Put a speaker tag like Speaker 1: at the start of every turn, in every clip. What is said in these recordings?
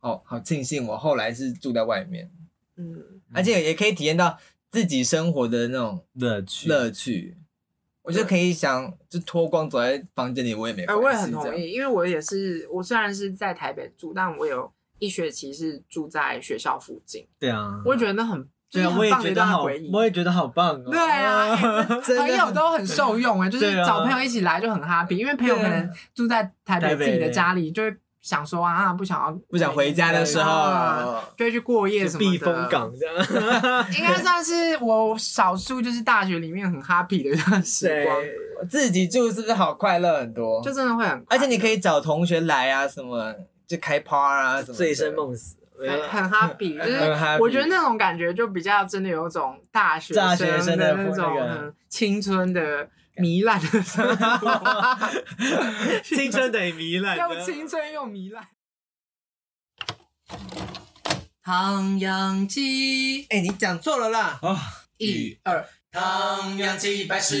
Speaker 1: 哦，好庆幸我后来是住在外面，
Speaker 2: 嗯，
Speaker 1: 而且也可以体验到自己生活的那种
Speaker 3: 乐趣，
Speaker 1: 乐趣。我就可以想，就脱光走在房间里，我也没
Speaker 2: 哎、
Speaker 1: 关系。
Speaker 2: 我也很
Speaker 1: 这
Speaker 2: 同
Speaker 1: 样。
Speaker 2: 意，因为我也是，我虽然是在台北住，但我有一学期是住在学校附近，
Speaker 3: 对啊，
Speaker 2: 我也觉得那很，
Speaker 3: 对
Speaker 2: 就
Speaker 3: 啊，
Speaker 2: 是
Speaker 3: 我
Speaker 2: 很
Speaker 3: 也
Speaker 2: 棒的
Speaker 3: 觉
Speaker 2: 一
Speaker 3: 得
Speaker 2: 段
Speaker 3: 好，
Speaker 2: 回忆。
Speaker 3: 我也觉得好棒哦。
Speaker 2: 对啊， 哎
Speaker 1: 真的
Speaker 2: 朋友都很受用哎、就是
Speaker 3: 对啊
Speaker 2: 找朋友一起来就很 happy，因为朋友可能住在台
Speaker 3: 台
Speaker 2: 北
Speaker 3: 北
Speaker 2: 自己的家里，就会想说啊，不想要
Speaker 1: 不想回家的时
Speaker 2: 啊
Speaker 1: 候，
Speaker 2: 就会去过 夜什
Speaker 3: 就
Speaker 2: 么的。
Speaker 3: 避风港这 样，
Speaker 2: 应该算是我少数就是大学里面很 happy 的一段时 光，
Speaker 1: 自己住是不是好快乐很多？
Speaker 2: 就真的会很，
Speaker 1: 而且你可以找同学来啊，什么就开趴啊什么的。
Speaker 3: 醉生梦死，没有
Speaker 2: 很
Speaker 3: 啦
Speaker 2: 很 happy，就是
Speaker 1: 很 happy
Speaker 2: 我觉得那种感觉就比较真的有种大学
Speaker 3: 大学
Speaker 2: 生
Speaker 3: 生
Speaker 2: 的
Speaker 3: 的
Speaker 2: 那种
Speaker 3: 那个
Speaker 2: 很青春的糜烂的生活，
Speaker 3: 青春等于糜烂
Speaker 2: 又
Speaker 3: 的。
Speaker 2: 青春又糜烂。
Speaker 4: 唐扬鸡，
Speaker 1: 哎、你讲错了啦！
Speaker 3: 啊，
Speaker 4: 一二，唐扬鸡百事。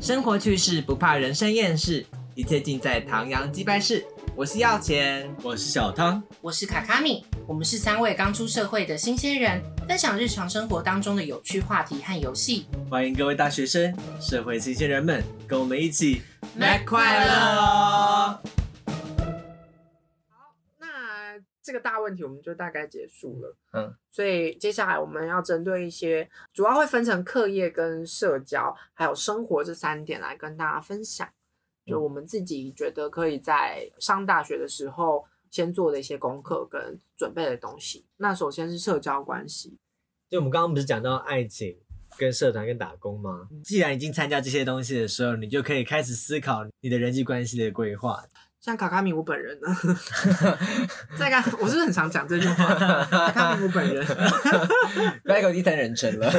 Speaker 1: 生活趣事不怕人生厌世，一切尽在唐阳鸡拜室。我是要钱，
Speaker 3: 我是小汤，
Speaker 4: 我是卡卡米，我们是三位刚出社会的新鲜人，分享日常生活当中的有趣话题和游戏。
Speaker 3: 欢迎各位大学生、社会新鲜人们，跟我们一起
Speaker 4: Mac 快
Speaker 3: 乐。
Speaker 2: 那这个大问题我们就大概结束了，
Speaker 1: 嗯，
Speaker 2: 所以接下来我们要针对一些主要会分成课业跟社交还有生活这三点来跟大家分享，就我们自己觉得可以在上大学的时候先做的一些功课跟准备的东西。那首先是社交关系，
Speaker 3: 就我们刚刚不是讲到爱情、跟社团、跟打工吗？既然已经参加这些东西的时候，你就可以开始思考你的人际关系的规划。
Speaker 2: 像卡卡米我本人呢，在看我是不是很常讲这句话？卡卡米我本人，
Speaker 1: 不要给我第三人称了，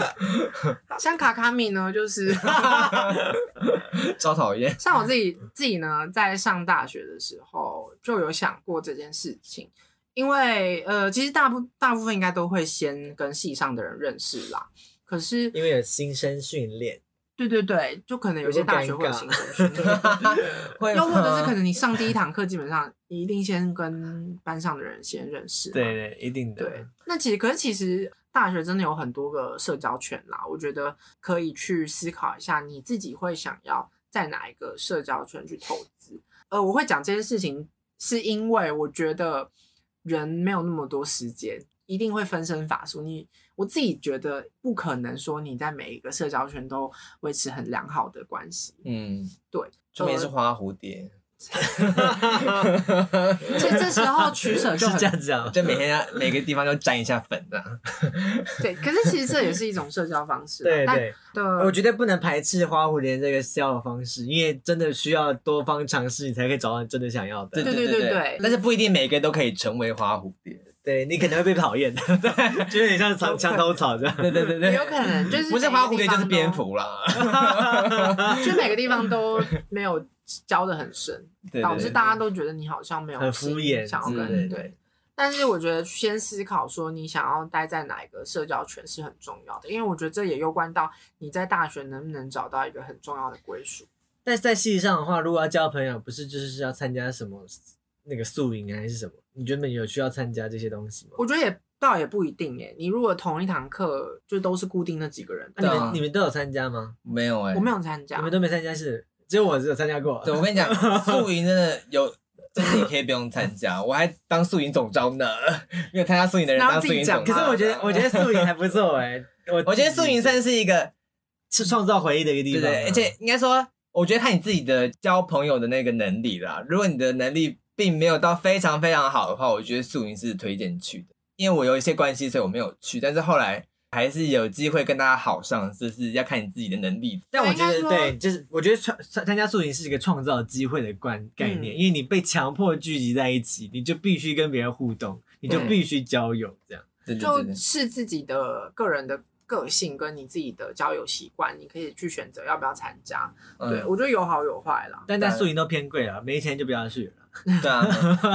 Speaker 2: 像卡卡米呢就是。
Speaker 1: 超讨厌。
Speaker 2: 像我自己自己呢，在上大学的时候就有想过这件事情，因为呃，其实大部大部分应该都会先跟系上的人认识啦。可是，
Speaker 3: 因为有新生训练，
Speaker 2: 对对对，就可能有些大学会有
Speaker 3: 会
Speaker 2: 新
Speaker 3: 不会
Speaker 2: 生训练，
Speaker 1: 会
Speaker 2: 又或者是
Speaker 1: 吗
Speaker 2: 可能你上第一堂课，基本上你一定先跟班上的人先认识嘛。
Speaker 3: 对对，一定
Speaker 1: 嗯
Speaker 3: 的。
Speaker 2: 对，那其实可是其实大学真的有很多个社交圈啦，我觉得可以去思考一下你自己会想要在哪一个社交圈去投资。呃，我会讲这件事情，是因为我觉得人没有那么多时间，一定会分身乏术。你我自己觉得不可能说你在每一个社交圈都维持很良好的关系。
Speaker 1: 嗯，
Speaker 2: 对，
Speaker 1: 这边是花蝴蝶，
Speaker 2: 这这时候取舍就是很
Speaker 3: 这样子啊。
Speaker 1: 就每天要每个地方都沾一下粉的。
Speaker 2: 对，可是其实这也是一种社交方式嘛。啊
Speaker 3: 对
Speaker 2: 但
Speaker 3: 对，
Speaker 2: 的
Speaker 3: 我觉得不能排斥花蝴蝶这个笑的方式，因为真的需要多方尝试，你才可以找到你真的想要的。
Speaker 2: 对
Speaker 1: 对
Speaker 2: 对对
Speaker 1: 对，但是不一定每个都可以成为花蝴蝶。
Speaker 3: 对你可能会被讨 厌的，对，就有点像墙墙头草这样。
Speaker 1: 对对对对，
Speaker 2: 有可能就是
Speaker 1: 不是
Speaker 2: 每个
Speaker 1: 花蝴蝶
Speaker 2: 地
Speaker 1: 就
Speaker 2: 方
Speaker 1: 是
Speaker 2: 都
Speaker 1: 蝙蝠 啦。
Speaker 2: 就每个地方都没有教的很 深，
Speaker 1: 对
Speaker 2: 导
Speaker 1: 对
Speaker 2: 致
Speaker 1: 对，
Speaker 2: 大家都觉得你好像没有
Speaker 3: 很敷
Speaker 2: 心
Speaker 3: 衍
Speaker 2: 想要
Speaker 3: 之
Speaker 2: 跟
Speaker 3: 类的
Speaker 2: 对。但是我觉得先思考说你想要待在哪一个社交圈是很重要的，因为我觉得这也攸关到你在大学能不能找到一个很重要的归属。
Speaker 3: 但是在戏上的话，如果要交朋友，不是就是要参加什么那个宿营啊还是什么？你原本有需要参加这些东西吗？
Speaker 2: 我觉得也倒也不一定耶，你如果同一堂课就都是固定那几个人，
Speaker 3: 啊你
Speaker 1: 对
Speaker 3: 们你们都有参加吗？
Speaker 1: 没有哎，
Speaker 2: 我没有参加
Speaker 3: 你，们都没参加是？只有我只有参加过。
Speaker 1: 对，我跟你 讲，宿营真的有，就是你可以不用参 加，我还当宿营总招呢。没有参加宿营的人
Speaker 2: 然后
Speaker 1: 当
Speaker 2: 自
Speaker 1: 宿
Speaker 2: 己
Speaker 1: 营
Speaker 2: 讲
Speaker 1: 总
Speaker 3: 可
Speaker 1: 招，
Speaker 3: 是我觉得，我觉得宿营还不错哎、我
Speaker 1: 我觉得宿营算是一个，
Speaker 3: 是创造回忆的一个地
Speaker 1: 对
Speaker 3: 方、啊
Speaker 1: 对，而且应该说，我觉得看你自己的交朋友的那个能力啦。如果你的能力并没有到非常非常好的话，我觉得宿营是推荐去的。因为我有一些关系，所以我没有去，但是后来还是有机会跟大家好上，就是要看你自己的能力。
Speaker 3: 但我觉
Speaker 2: 应该
Speaker 3: 得
Speaker 2: 说
Speaker 3: 对，就是我觉得创参参加宿营是一个创造机会的观概念，因为你被强迫聚集在一起，你就必须跟别人互动，你就
Speaker 1: 对
Speaker 3: 必须交友，这样
Speaker 1: 对对对
Speaker 2: 就
Speaker 1: 对，
Speaker 2: 是自己的个人的个性跟你自己的交友习惯，你可以去选择要不要参加。对，
Speaker 1: 嗯，
Speaker 2: 我觉得有好有坏啦。
Speaker 3: 但在宿营都偏贵了，没钱就不要去了。
Speaker 1: 对啊，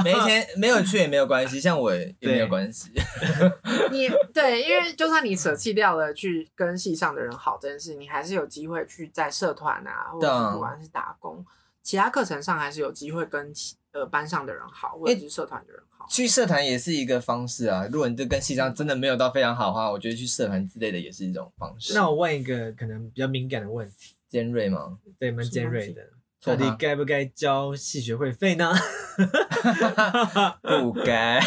Speaker 1: 没钱没有去也没有关系，像我也没有
Speaker 3: 对
Speaker 1: 关系。
Speaker 2: 你对，因为就算你舍弃掉了去跟系上的人好这件事，你还是有机会去在社团啊，或者
Speaker 1: 对啊
Speaker 2: 是不管是打工其他课程上还是有机会跟其呃班上的人好，或者是社团的人好。
Speaker 1: 去社团也是一个方式啊。如果你这跟系上真的没有到非常好的话，我觉得去社团之类的也是一种方式。
Speaker 3: 那我问一个可能比较敏感的问题，
Speaker 1: 尖锐吗？
Speaker 3: 对，蛮
Speaker 2: 什么
Speaker 3: 尖
Speaker 2: 东
Speaker 3: 锐
Speaker 2: 西
Speaker 3: 的，
Speaker 1: 错
Speaker 3: 到底
Speaker 1: 吗
Speaker 3: 该不该交系学会费呢？
Speaker 1: 不该。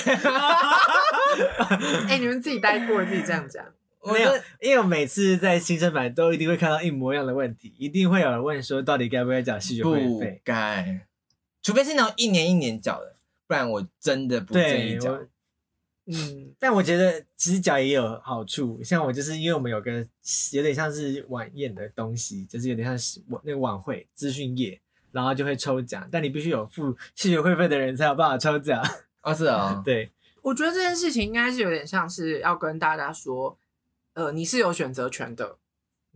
Speaker 2: 哎、你们自己待过，自己这样讲，
Speaker 1: 我
Speaker 3: 没有
Speaker 1: 真的，
Speaker 3: 因为我每次在新生版都一定会看到一模一样的问题，一定会有人问说到底该不该缴系学会
Speaker 1: 不
Speaker 3: 费？
Speaker 1: 该，除非是那种一年一年缴的，不然我真的不建
Speaker 3: 对
Speaker 1: 议，缴
Speaker 3: 我。
Speaker 2: 嗯，
Speaker 3: 但我觉得其实缴也有好处，像我就是因为我们有个有点像是晚宴的东西，就是有点像是晚那个晚会资讯业，然后就会抽奖，但你必须有付系学会费的人才有办法抽奖。
Speaker 1: 哦，是啊、
Speaker 3: 对，
Speaker 2: 我觉得这件事情应该是有点像是要跟大家说，呃，你是有选择权的，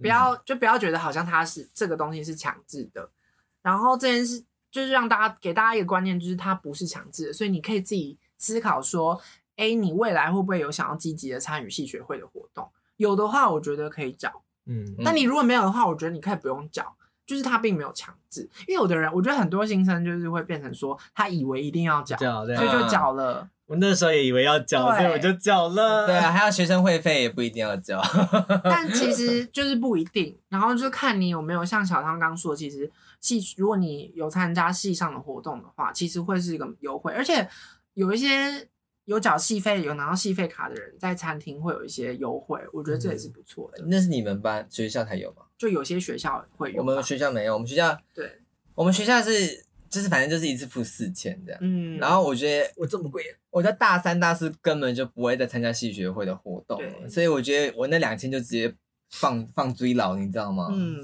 Speaker 2: 不
Speaker 3: 嗯
Speaker 2: 要、就不要觉得好像它是这个东西是强制的。然后这件事就是让大家给大家一个观念，就是它不是强制的，所以你可以自己思考说，哎，你未来会不会有想要积极的参与系学会的活动？有的话，我觉得可以找。
Speaker 3: 嗯，
Speaker 1: 嗯
Speaker 2: 那你如果没有的话，我觉得你可以不用缴，就是他并没有强制。因为有的人，我觉得很多新生就是会变成说，他以为一定要缴，
Speaker 3: 缴对啊
Speaker 2: 所以就缴了。
Speaker 3: 我那时候也以为要缴，
Speaker 2: 对
Speaker 3: 所以我就缴了。
Speaker 1: 对啊，，还有学生会费也不一定要交。嗯
Speaker 2: 但其实就是不一定，然后就看你有没有像小汤刚说，其实系如果你有参加系上的活动的话，其实会是一个优惠，而且有一些有缴戏费、有拿到戏费卡的人，在餐厅会有一些优惠，我觉得这也是
Speaker 1: 嗯
Speaker 2: 不错的。
Speaker 1: 那是你们班学校才有吗？
Speaker 2: 就有些学校会有
Speaker 1: 我
Speaker 2: 吧，
Speaker 1: 们学校没有，我们学校
Speaker 2: 对，
Speaker 1: 我们学校是就是反正就是一次付四千这样。
Speaker 2: 嗯，
Speaker 1: 然后我觉得
Speaker 3: 我这么贵，啊
Speaker 1: 我在大三、大四根本就不会再参加戏学会的活动了，
Speaker 2: 对
Speaker 1: 所以我觉得我那两千就直接放放追牢，你知道吗？，
Speaker 2: 嗯，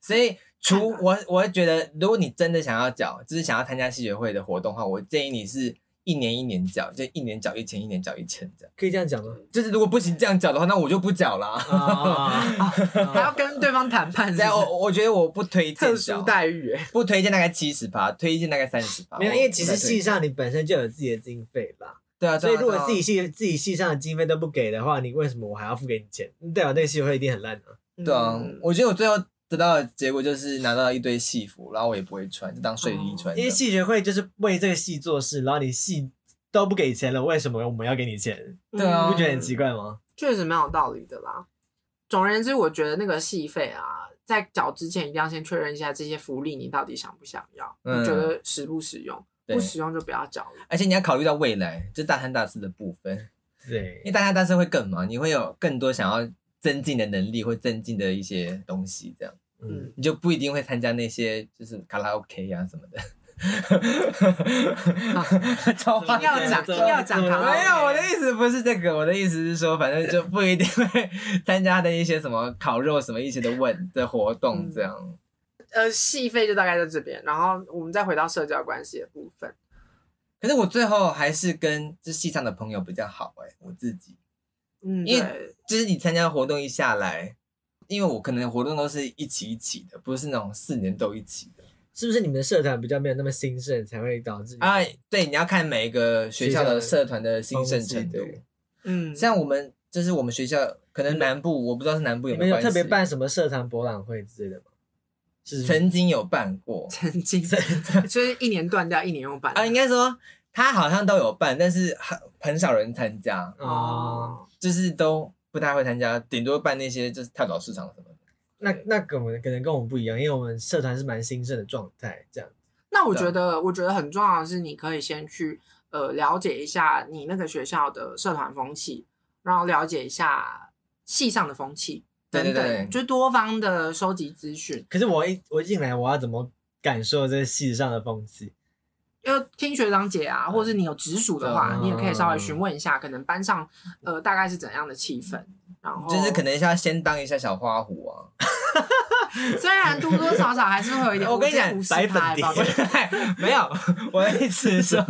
Speaker 1: 所以除我，我会觉得，如果你真的想要缴，就是想要参加戏学会的活动的话，我建议你是一年一年缴，就一年缴一千，一年缴一千这样。
Speaker 3: 可以这样讲 吗？
Speaker 1: 就是如果不行这样缴的话，那我就不缴 啦。
Speaker 3: 啊，
Speaker 2: 还要跟对方谈判是不是，
Speaker 1: 但啊我我觉得我不推荐
Speaker 2: 特
Speaker 1: 缴
Speaker 2: 殊待遇、欸，
Speaker 1: 不推荐大概七十趴，推荐大概三十趴。
Speaker 3: 没有，因为其实系
Speaker 1: 系
Speaker 3: 上你本身就有自己的经费啦，
Speaker 1: 哦对啊，对啊
Speaker 3: 所以如果
Speaker 1: 对啊
Speaker 3: 自己系自己系上的经费都不给的话，你为什么我还要付给你钱？代表那个系会一定很烂啊。
Speaker 1: 对啊
Speaker 2: 嗯，
Speaker 1: 我觉得我最后得到的结果就是拿到一堆戏服，然后我也不会穿，就当睡衣穿这样。
Speaker 2: 哦
Speaker 3: 因为系学会就是为这个系做事，然后你系都不给钱了，为什么我们要给你钱？
Speaker 1: 对啊
Speaker 2: 嗯
Speaker 3: 你不觉得很奇怪吗？
Speaker 2: 确实蛮有道理的啦。总而言之，我觉得那个戏费啊，在缴之前一定要先确认一下这些福利你到底想不想要，
Speaker 1: 嗯
Speaker 2: 你觉得实不实用？
Speaker 1: 对
Speaker 2: 不实用就不要缴 了。
Speaker 1: 而且你要考虑到未来，就是大三大四的部分，
Speaker 2: 嗯
Speaker 1: 因为
Speaker 3: 对，
Speaker 1: 大三大四会更忙，你会有更多想要增进的能力或增进的一些东西，这样
Speaker 3: 嗯，
Speaker 1: 你就不一定会参加那些就是卡拉 OK 啊什么的。 超
Speaker 2: 硬啊要讲硬要讲卡拉 OK
Speaker 1: 没有，我的意思不是这个，我的意思是说，反正就不一定会参加的一些什么烤肉什么一些的问的活动这样。
Speaker 2: 呃，戏费就大概在这边，然后我们再回到社交关系的部分。
Speaker 1: 可是我最后还是跟这系上的朋友比较好哎、我自己
Speaker 2: 嗯，
Speaker 1: 因为
Speaker 2: 对，
Speaker 1: 就是你参加活动一下来，因为我可能活动都是一起一起的，不是那种四年都一起的。
Speaker 3: 是不是你们的社团比较没有那么兴盛，才会导致你
Speaker 1: 啊，对，你要看每一个学校的
Speaker 3: 嗯学校的
Speaker 1: 社团的兴盛程度
Speaker 3: 风气。
Speaker 2: 嗯，
Speaker 1: 像我们就是我们学校，可能南部我不知道是南部
Speaker 3: 你
Speaker 1: 有
Speaker 3: 们
Speaker 1: 没有
Speaker 3: 有
Speaker 1: 关系
Speaker 3: 特别办什么社团博览会之类的吗？是
Speaker 1: 曾经有办过
Speaker 2: 曾 经，所以一年断掉，一年又办
Speaker 1: 啊，应该说他好像都有办，但是很很少人参加，
Speaker 3: 哦，
Speaker 2: 哦，
Speaker 1: 就是都不太会参加，顶多办那些就是跳蚤市场什么的。
Speaker 3: 那那跟我们可能跟我们不一样，因为我们社团是蛮兴盛的状态，这样。
Speaker 2: 那我
Speaker 1: 对
Speaker 2: 觉得，我觉得很重要的是，你可以先去呃了解一下你那个学校的社团风气，然后了解一下系上的风气
Speaker 1: 对
Speaker 2: 等
Speaker 1: 对
Speaker 2: 等，
Speaker 1: 对
Speaker 2: 就多方的收集资讯。
Speaker 3: 可是我一我一进来，我要怎么感受这个戏上的风气？
Speaker 2: 因为听学长姐啊，或者是你有直属的话，
Speaker 3: 嗯
Speaker 2: 你也可以稍微询问一下，可能班上呃大概是怎样的气氛。然后
Speaker 1: 就是可能要先当一下小花虎啊。
Speaker 2: 虽然多多少少还是会有一点，
Speaker 1: 我跟你讲
Speaker 3: 白
Speaker 2: 白
Speaker 3: 粉蝶
Speaker 1: 没有，我的意思是说，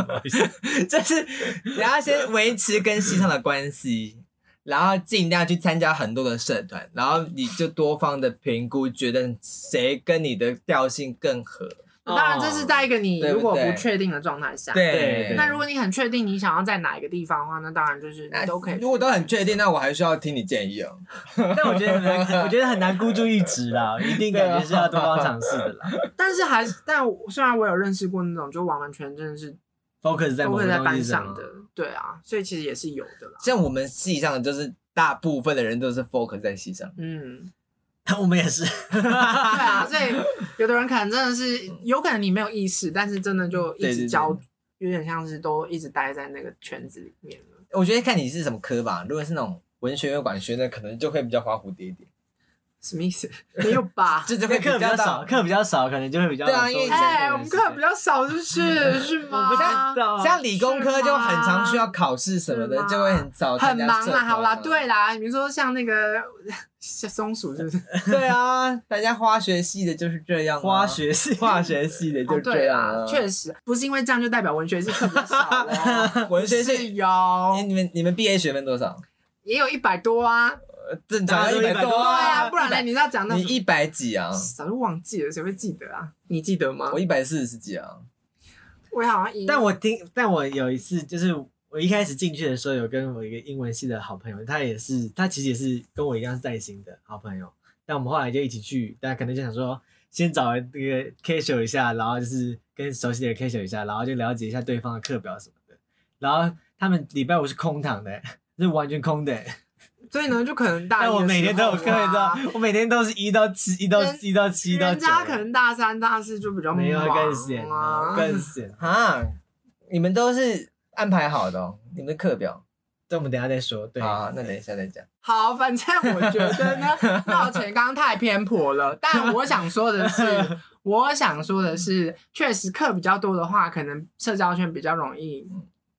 Speaker 1: 就是你要先维持跟系上的关系，然后尽量去参加很多的社团，然后你就多方的评估，觉得谁跟你的调性更合。
Speaker 2: 当然这是在一个你
Speaker 1: 对不
Speaker 2: 如果不
Speaker 1: 对
Speaker 2: 确定的状态下。
Speaker 1: 对，
Speaker 2: 那如果你很确定你想要在哪一个地方的话，那当然就是你都可以。
Speaker 1: 如果都很确定，那我还需要听你建议哦。
Speaker 3: 但我觉得很难，我觉得很难孤注一掷啦，一定感觉是要多方尝试的 啦。
Speaker 2: 但是还是，但我虽然我有认识过那种就完完全真的是
Speaker 3: focus 在
Speaker 2: 都
Speaker 3: 某
Speaker 2: 会
Speaker 3: 个
Speaker 2: 在
Speaker 3: 东西
Speaker 2: 班
Speaker 3: 上
Speaker 2: 上的，对啊，所以其实也是有的啦。
Speaker 1: 像我们系上，就是大部分的人都是 focus 在系上。
Speaker 2: 嗯，
Speaker 3: 我们 也是，
Speaker 2: 对啊，所以有的人可能真的是，有可能你没有意识，但是真的就一
Speaker 1: 对对
Speaker 2: 直
Speaker 1: 对
Speaker 2: 交，有点像是都一直待在那个圈子里面了。
Speaker 1: 我觉得看你是什么科吧，如果是那种文学院管学的，可能就会比较花蝴蝶一点，
Speaker 2: 什么意思？没有吧？
Speaker 1: 这就会
Speaker 3: 课比较
Speaker 1: 到
Speaker 3: 少，。课比较少，可能就会比较
Speaker 1: 对啊因为
Speaker 2: 哎，我们课比较少，是不是？是吗？
Speaker 3: 我不知道
Speaker 1: 啊
Speaker 3: 啊
Speaker 1: 像理工科就很常需要考试什么
Speaker 2: 哦是
Speaker 1: 的
Speaker 2: 吗，
Speaker 1: 就会很早参
Speaker 2: 很
Speaker 1: 加
Speaker 2: 忙
Speaker 1: 社
Speaker 2: 啦，
Speaker 1: 团啊
Speaker 2: 好啦，对啦，比如说像那个 松鼠，是不是？
Speaker 1: 对啊，大家化学系的就是这 样啊，
Speaker 3: 花学系，
Speaker 1: 化学系的就
Speaker 2: 哦，
Speaker 1: 这
Speaker 2: 对
Speaker 1: 样
Speaker 2: 啦
Speaker 1: 啊，，
Speaker 2: 哦确实不是因为这样就代表文学系特别少哦 咯
Speaker 1: 文学
Speaker 2: 是
Speaker 1: 系。
Speaker 2: 有
Speaker 1: 哎，你们你们毕业学分多少？
Speaker 2: 也有一百多啊，
Speaker 1: 呃正常
Speaker 3: 大家都
Speaker 1: 一百
Speaker 3: 100多
Speaker 2: 对
Speaker 3: 啊
Speaker 2: 啊，不然呢？你要讲那
Speaker 1: 你
Speaker 2: 什么
Speaker 1: 一百几啊？
Speaker 2: 早就忘记了，谁会记得啊？你记得吗
Speaker 1: 我？一百四十几啊。
Speaker 2: 我也好像一，
Speaker 3: 但我听，但我有一次就是。我一开始进去的时候，有跟我一个英文系的好朋友，他也是，他其实也是跟我一样是带薪的好朋友。但我们后来就一起去，大家可能就想说，先找那个 casual 一下，然后就是跟熟悉的人 casual 一下，然后就了解一下对方的课表什么的。然后他们礼拜五是空堂的、 是完全空的、
Speaker 2: 所以呢，就可能大一
Speaker 3: 但
Speaker 2: 的
Speaker 3: 哎我每天都有课，
Speaker 2: 时候
Speaker 3: 你知道
Speaker 2: 啊，
Speaker 3: 我每天都是一到七，一到
Speaker 2: 人
Speaker 3: 一到七一到
Speaker 2: 人
Speaker 3: 九，
Speaker 2: 家可能大三、大四就比较
Speaker 3: 没有更闲哦
Speaker 2: 忙啊，
Speaker 3: 更闲。
Speaker 1: 啊，你们都是安排好的、哦，你们的课表。
Speaker 3: 这我们等一下再说。对，
Speaker 1: 好，那等一下再讲。
Speaker 2: 好，反正我觉得呢，闹钱刚刚太偏颇了。但我想说的 是，我想说的是，确实课比较多的话，可能社交圈比较容易。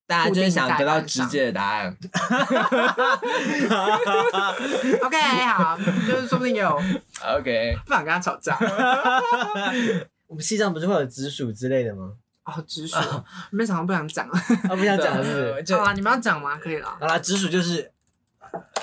Speaker 1: 大家就是想得到
Speaker 2: 固定在班上
Speaker 1: 直接的答案。
Speaker 2: OK，好，就是说不定有
Speaker 1: OK，
Speaker 2: 不想跟他吵架。
Speaker 3: 我们西藏不是会有直属之类 的吗？
Speaker 2: 哦，直属，
Speaker 3: 嗯
Speaker 2: 你们常常不想讲了。
Speaker 3: 啊，不想讲了是不
Speaker 1: 对
Speaker 3: 是？
Speaker 1: 就
Speaker 2: 好啦，你们要讲吗？可以啦。
Speaker 3: 好啦，直属就是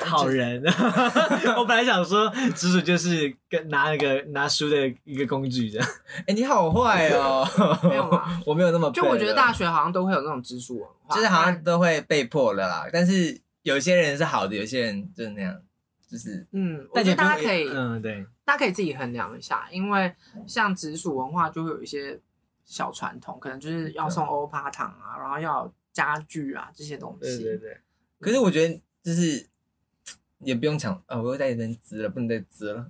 Speaker 3: 好人。啊 我本来想说，直属就是跟拿那个拿书的一个工具这样。
Speaker 1: 哎、你好坏哦。
Speaker 2: 没有啦，
Speaker 1: 我没有那
Speaker 3: 哦
Speaker 1: 么。
Speaker 2: 就我觉得大，学好像都会有那种直属文化，
Speaker 1: 就是好像都会被迫的啦。但是有些人是好的，有些人就是那样，就是
Speaker 2: 嗯，我
Speaker 3: 但
Speaker 2: 觉
Speaker 3: 也
Speaker 2: 得
Speaker 3: 不用
Speaker 2: 大家可以，
Speaker 3: 嗯，对，
Speaker 2: 大家可以自己衡量一下，因为像直属文化就会有一些小传统，可能就是要
Speaker 3: 嗯
Speaker 2: 送欧趴糖啊，然后要有家具啊这些东
Speaker 3: 对
Speaker 2: 西。
Speaker 3: 对对。
Speaker 1: 可是我觉得就是也不用抢啊、我又在认知了，不能再知了。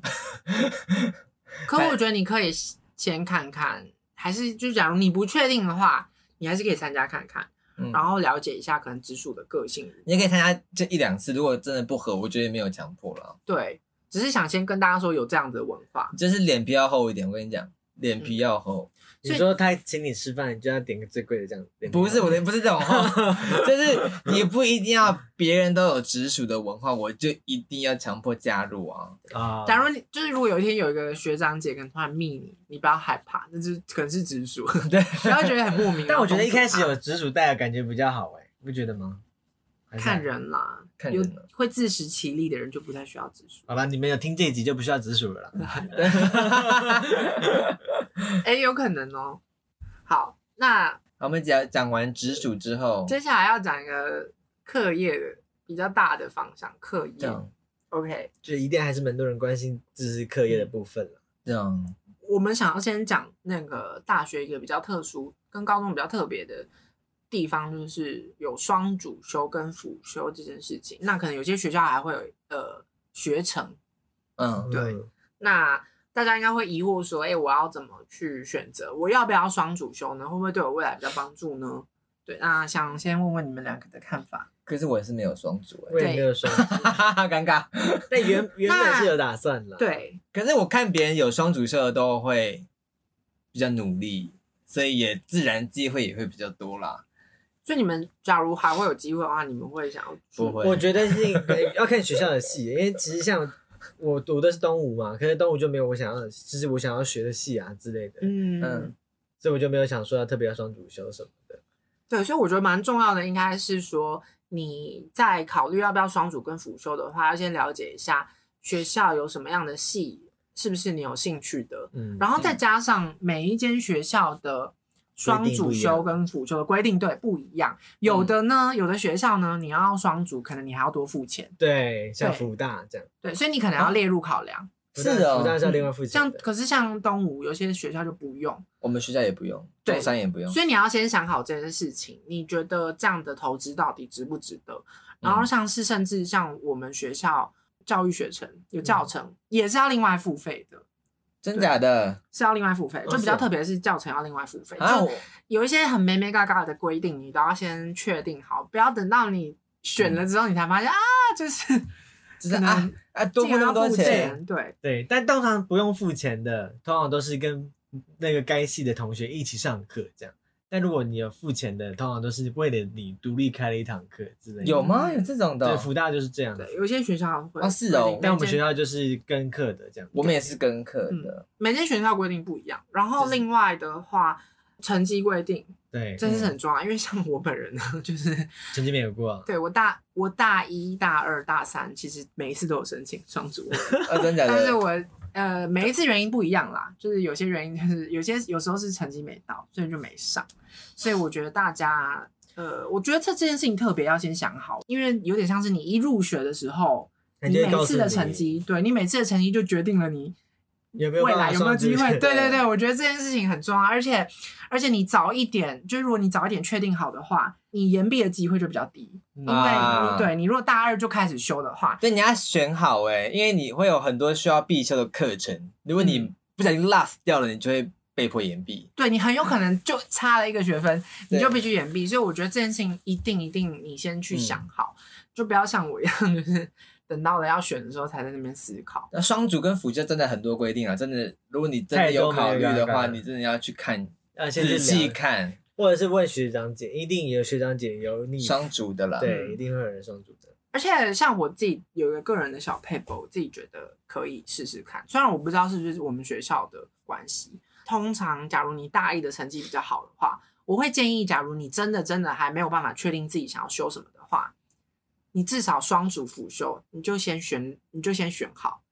Speaker 2: 可我觉得你可以先看看，还是就假如你不确定的话，你还是可以参加看看，
Speaker 1: 嗯
Speaker 2: 然后了解一下可能直属的个性。
Speaker 1: 你也可以参加这一两次，如果真的不合，我觉得也没有强迫了，啊
Speaker 2: 对，只是想先跟大家说有这样的文化。
Speaker 1: 就是脸皮要厚一点。我跟你讲，脸
Speaker 2: 嗯
Speaker 1: 皮要厚，
Speaker 3: 你说他请你吃饭，你就要点个最贵的这样。
Speaker 1: 不是我的，不是这种厚，就是你不一定要别人都有直属的文化，我就一定要强迫加入啊。
Speaker 3: 啊，
Speaker 2: 假如你就是如果有一天有一个学长姐可能突然密你，你不要害怕，那就是可能是直 属，
Speaker 1: 对，
Speaker 2: 不要觉得很莫名。啊
Speaker 3: 但我觉得
Speaker 2: 然后
Speaker 3: 一开始
Speaker 2: 公主
Speaker 3: 有直属带的感觉比较好哎、你不觉得吗？还
Speaker 2: 怕
Speaker 3: 是
Speaker 2: 看。人啦，
Speaker 1: 看
Speaker 2: 有
Speaker 1: 人啊
Speaker 2: 会自食其力的人就不太需要直属。
Speaker 3: 好吧，你们有听这一集就不需要直属了啦。 嗯
Speaker 2: 哎、有可能哦。好，那
Speaker 1: 好我们讲讲完直属之后，
Speaker 2: 接下来要讲一个课业的比较大的方向，课
Speaker 1: 这
Speaker 2: 业。
Speaker 1: 样
Speaker 2: OK，
Speaker 3: 就一定还是蛮多人关心就是课业的部分了。
Speaker 1: 这样，
Speaker 2: 我们想要先讲那个大学一个比较特殊，跟高中比较特别的地方，就是有双主修跟辅修这件事情。那可能有些学校还会有呃学程，
Speaker 1: 嗯，
Speaker 2: 对那大家应该会疑惑说，哎、我要怎么去选择？我要不要双主修呢？会不会对我未来比较帮助呢？对，那想先问问你们两个的看法。
Speaker 1: 可是我也是没有双主
Speaker 3: 我也没有说，
Speaker 1: 哎，哈哈，尴尬。
Speaker 3: 但原原本是有打算了。，
Speaker 2: 对，
Speaker 1: 可是我看别人有双主修的都会比较努力，所以也自然机会也会比较多啦。
Speaker 2: 所以你们假如还会有机会的话，你们会想要去
Speaker 1: 不会嗯
Speaker 3: 我觉得是一个要看学校的系，因为其实像我读的是东吴嘛，可是东吴就没有我想要的，就是我想要学的系啊之类的，
Speaker 2: 嗯
Speaker 1: 嗯
Speaker 3: 所以我就没有想说要特别要双主修什么的。
Speaker 2: 对，所以我觉得蛮重要的，应该是说你在考虑要不要双主跟辅修的话，要先了解一下学校有什么样的系，是不是你有兴趣的，
Speaker 3: 嗯，
Speaker 2: 然后再加上每一间学校的双主修跟辅修的规定对不一样，
Speaker 3: 嗯
Speaker 2: 有的呢，有的学校呢，你要双主，可能你还要多付钱，
Speaker 3: 对，像
Speaker 2: 对
Speaker 3: 福大这样，
Speaker 2: 对，所以你可能要列入考量。
Speaker 3: 福大
Speaker 1: 是哦
Speaker 3: 福哦大是要另外付钱
Speaker 2: 像
Speaker 3: 的，
Speaker 2: 可是像东吴有些学校就不用，
Speaker 1: 我们学校也不用，
Speaker 2: 对
Speaker 1: 中山也不用，
Speaker 2: 所以你要先想好这件事情，你觉得这样的投资到底值不值得？然
Speaker 1: 嗯
Speaker 2: 后像是甚至像我们学校教育学程有
Speaker 1: 嗯
Speaker 2: 教程、也是要另外付费的，
Speaker 1: 真假的
Speaker 2: 是要另外付费，就比
Speaker 1: 是
Speaker 2: 较
Speaker 1: 哦
Speaker 2: 特别是教程要另外付费。
Speaker 1: 啊？
Speaker 2: 就
Speaker 1: 我
Speaker 2: 有一些很咩咩嘎嘎的规定，你都要先确定好，不要等到你选
Speaker 1: 嗯
Speaker 2: 了之后，你才发现、啊，就是
Speaker 1: 就是
Speaker 2: 可能
Speaker 1: 啊啊，多付
Speaker 2: 竟然
Speaker 1: 那么
Speaker 2: 要
Speaker 1: 多
Speaker 2: 付
Speaker 1: 钱，
Speaker 2: 钱，对
Speaker 3: 对，但通常不用付钱的，通常都是跟那个该系的同学一起上课这样。但如果你有付钱的，通常都是为了你独立开了一堂课之类的。
Speaker 1: 有吗？有这种的
Speaker 3: 对，
Speaker 1: 哦？
Speaker 3: 福大就是这样子。
Speaker 2: 对，有些学校会
Speaker 1: 啊是哦
Speaker 2: 规定
Speaker 3: 但我们
Speaker 2: 每
Speaker 3: 学
Speaker 2: 间
Speaker 3: 校就是跟课的这样。
Speaker 1: 我们也是跟课的，
Speaker 2: 每间学校规定不一样，然
Speaker 1: 就
Speaker 2: 后
Speaker 1: 是
Speaker 2: 另外的话，成绩规定
Speaker 3: 对，
Speaker 2: 这是很重要，因为像我本人呢， 就是
Speaker 3: 成绩没有过啊。
Speaker 2: 对我大我大一大二大三，其实每一次都有申请双主，
Speaker 1: 啊，真假
Speaker 2: 嗯但是
Speaker 1: 的？
Speaker 2: 我呃每一次原因不一样啦，就是有些原因就是有些有时候是成绩没到，所以就没上，所以我觉得大家呃，我觉得这这件事情特别要先想好，因为有点像是你一入学的时候，
Speaker 3: 他
Speaker 2: 你
Speaker 3: 就会
Speaker 2: 每
Speaker 3: 告诉
Speaker 2: 次
Speaker 3: 你
Speaker 2: 的成绩，对你每次的成绩就决定了你
Speaker 3: 有没有
Speaker 2: 未
Speaker 3: 办法
Speaker 2: 来有没有
Speaker 3: 上
Speaker 2: 机
Speaker 3: 这
Speaker 2: 会？
Speaker 3: 个
Speaker 2: 对对 对，我觉得这件事情很重要，而且而且你早一点，就是如果你早一点确定好的话，你延毕的机会就比较低，因为你、
Speaker 1: 啊
Speaker 2: 对你如果大二就开始修的话，
Speaker 1: 对，你要选好哎、因为你会有很多需要必修的课程，如果
Speaker 2: 嗯
Speaker 1: 你不小心 lost 掉了，你就会被迫延毕。
Speaker 2: 对你很有可能就差了一个学分，你
Speaker 1: 对
Speaker 2: 就必须延毕，所以我觉得这件事情一定一定你先
Speaker 3: 嗯
Speaker 2: 去想好，就不要像我一样， 就是等到了要选的时候才在那边思考。
Speaker 1: 那双主跟辅教真的很多规定啊，真的，如果你真的
Speaker 3: 太多
Speaker 1: 有考虑的
Speaker 3: 没有
Speaker 1: 话，
Speaker 3: 办法
Speaker 1: 你真的要去看
Speaker 3: 要先去
Speaker 1: 仔
Speaker 3: 嗯
Speaker 1: 细
Speaker 3: 了解，
Speaker 1: 看
Speaker 3: 或者是问学长姐，一定有学长姐有你
Speaker 1: 双主的啦。
Speaker 3: 对，一定会有人双主的。
Speaker 2: 而且像我自己有一个个人的小 paper，我自己觉得可以试试看。虽然我不知道是不是我们学校的关系，通常假如你大一的成绩比较好的话，我会建议，假如你真的真的还没有办法确定自己想要修什么的话，你至少双主辅修，你就先选，你就先选好，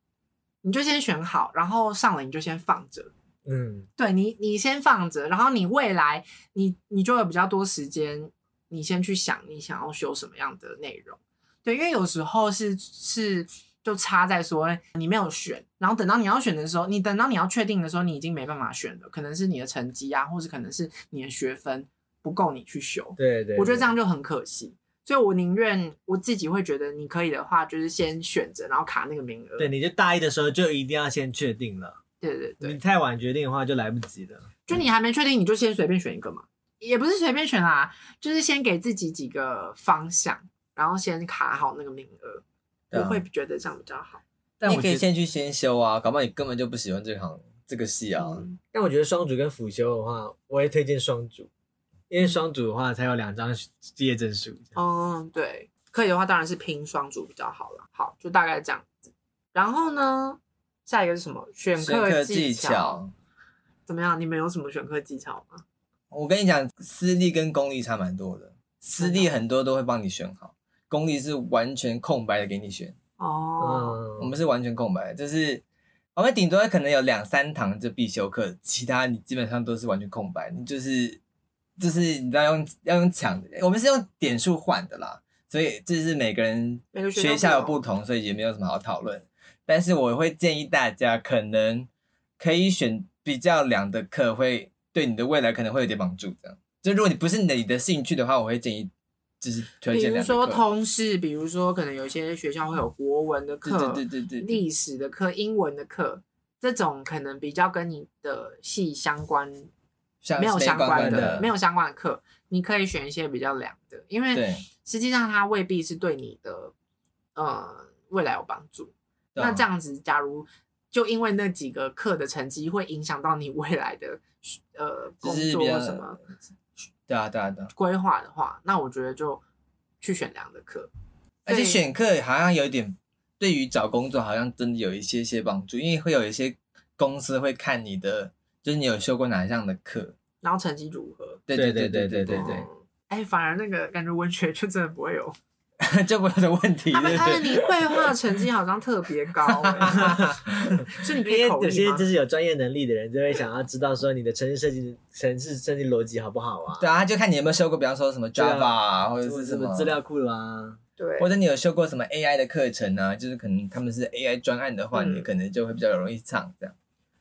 Speaker 2: 你就先选好，然后上了你就先放着，
Speaker 3: 嗯，
Speaker 2: 对你，你先放着，然后你未来你你就有比较多时间，你先去想你想要修什么样的内容。对，因为有时候是是就差在说你没有选，然后等到你要选的时候，你等到你要确定的时候，你已经没办法选了，可能是你的成绩啊，或是可能是你的学分不够你去修。
Speaker 3: 对对。
Speaker 2: 我觉得
Speaker 3: 对
Speaker 2: 这样就很可惜，所以我宁愿我自己会觉得你可以的话，就是先选择，然后卡那个名额。
Speaker 3: 对，你就大一的时候就一定要先确定了，
Speaker 2: 对对对
Speaker 3: 你，太晚决定的话就来不及了。
Speaker 2: 就
Speaker 1: 嗯
Speaker 2: 你还没确定，你就先随便选一个嘛，也不是随便选啦，就是先给自己几个方向，然后先卡好那个名额，
Speaker 1: 对啊
Speaker 2: 我会觉得这样比较好。
Speaker 3: 但
Speaker 1: 你
Speaker 3: 我
Speaker 1: 可以
Speaker 3: 觉得，
Speaker 1: 先去先修啊，搞不好你根本就不喜欢这行这个系啊。
Speaker 2: 嗯，
Speaker 3: 但我觉得双主跟辅修的话，我会推荐双主，因为双主的话才有两张毕业证书。
Speaker 1: 啊
Speaker 2: 嗯，对，可以的话当然是拼双主比较好了。好，就大概这样子。然后呢，下一个是什么？选
Speaker 1: 选课技
Speaker 2: 技
Speaker 1: 巧，
Speaker 2: 怎么样？你们有什么选课技巧吗？
Speaker 1: 我跟你讲，私立跟公立差蛮多的，私立很多都会帮你选好，公立是完全空白的给你选。
Speaker 2: 哦，
Speaker 1: 我
Speaker 3: 嗯，
Speaker 1: 们是完全空白的，就是我们顶多可能有两三堂就必修课，其他你基本上都是完全空白，你就是就是你知道用要用抢的，我们是用点数换的啦，所以这是每个人
Speaker 2: 每个学校
Speaker 1: 学校有
Speaker 2: 不
Speaker 1: 不同，所以也没有什么好讨论。但是我会建议大家可能可以选比较凉的课，会对你的未来可能会有点帮助。这样，就如果你不是你的你的兴趣的话，我会建议就是推
Speaker 2: 比
Speaker 1: 荐
Speaker 2: 如
Speaker 1: 两个
Speaker 2: 说
Speaker 1: 课。
Speaker 2: 通识，比如说可能有一些学校会有国文的课，
Speaker 1: 对对对对对，
Speaker 2: 历史的课、英文的课，这种可能比较跟你的系相关，
Speaker 1: 像
Speaker 2: 没有
Speaker 1: 是
Speaker 2: 相
Speaker 1: 关
Speaker 2: 的，
Speaker 1: 的
Speaker 2: 没有相关的课，你可以选一些比较凉的，因为
Speaker 1: 对
Speaker 2: 实际上它未必是对你的呃未来有帮助。
Speaker 1: 对啊
Speaker 2: 那这样子，假如就因为那几个课的成绩会影响到你未来的呃工
Speaker 1: 就是
Speaker 2: 作
Speaker 1: 比较
Speaker 2: 什么
Speaker 1: 对啊，对啊，对啊。
Speaker 2: 规划的话，那我觉得就去选凉的课。
Speaker 1: 而且
Speaker 2: 对
Speaker 1: 选课好像有一点，对于找工作好像真的有一些些帮助，因为会有一些公司会看你的，就是你有修过哪项的课。
Speaker 2: 然后成绩如何？
Speaker 1: 对
Speaker 3: 对
Speaker 1: 对
Speaker 3: 对
Speaker 1: 对
Speaker 3: 对
Speaker 1: 对
Speaker 3: 对
Speaker 1: 对
Speaker 2: 嗯。哎、反而那个感觉文学就真的不会有
Speaker 1: 就不会有问题，
Speaker 2: 他
Speaker 1: 对
Speaker 2: 们他们
Speaker 1: 不
Speaker 2: 你
Speaker 1: 对？
Speaker 2: 绘画成绩好像特别 高、欸，所以你可
Speaker 3: 因
Speaker 2: 以
Speaker 3: 为
Speaker 2: 口
Speaker 3: 有
Speaker 2: 译
Speaker 3: 些
Speaker 2: 吗
Speaker 3: 就？是有专业能力的人，就会想要知道说你的城市设计、城市设计逻辑好不好啊？
Speaker 1: 对啊，他就看你有没有修过，比方说什么
Speaker 3: 对啊
Speaker 1: Java 啊，或者
Speaker 3: 什么
Speaker 1: 是
Speaker 3: 什
Speaker 1: 什么
Speaker 3: 么资，料库啊啦？
Speaker 2: 对，
Speaker 1: 或者你有修过什么 AI 的课程啊，就是可能他们是 AI 专案的话，
Speaker 2: 嗯
Speaker 1: 你可能就会比较容易上这样。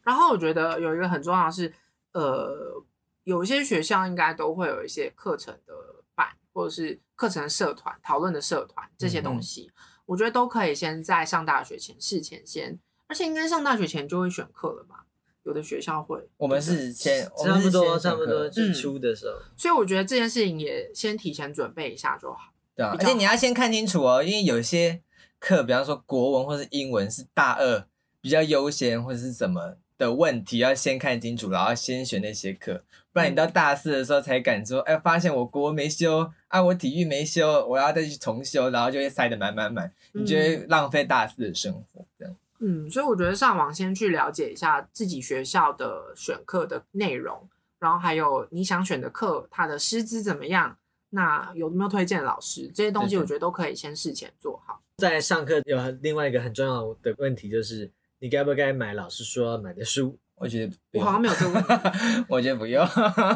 Speaker 2: 然后我觉得有一个很重要的是，呃，有一些学校应该都会有一些课程的办，或者是课程社团、讨论的社团这些东
Speaker 1: 嗯
Speaker 2: 西，我觉得都可以先在上大学前事前先，而且应该上大学前就会选课了吧？有的学校会，
Speaker 1: 我们是先，我
Speaker 3: 差
Speaker 1: 们
Speaker 3: 不
Speaker 1: 是
Speaker 3: 多，
Speaker 1: 先
Speaker 3: 差不多，
Speaker 1: 上课
Speaker 3: 就是出的时候。
Speaker 2: 所以我觉得这件事情也先提前准备一下就好。
Speaker 1: 对啊，
Speaker 2: 比
Speaker 1: 而
Speaker 2: 较
Speaker 1: 且你要先看清楚哦，因为有些课，比方说国文或是英文是大二比较优先或者是什么的问题，要先看清楚，然后先选那些课，不然你到大四的时候才敢说，哎，发现我国文没修，啊，我体育没修，我要再去重修，然后就会塞得满满满，你就会浪费大四的生活这样。
Speaker 2: 嗯，所以我觉得上网先去了解一下自己学校的选课的内容，然后还有你想选的课，它的师资怎么样，那有没有推荐老师，这些东西
Speaker 1: 对对
Speaker 2: 我觉得都可以先事前做好。
Speaker 3: 在上课有很另外一个很重要的问题，就是你该不该买老师说要买的 书？
Speaker 1: 我觉得不
Speaker 2: 我
Speaker 3: 啊
Speaker 1: 用，
Speaker 2: 好像没有这个问 题，
Speaker 1: 我觉得不用，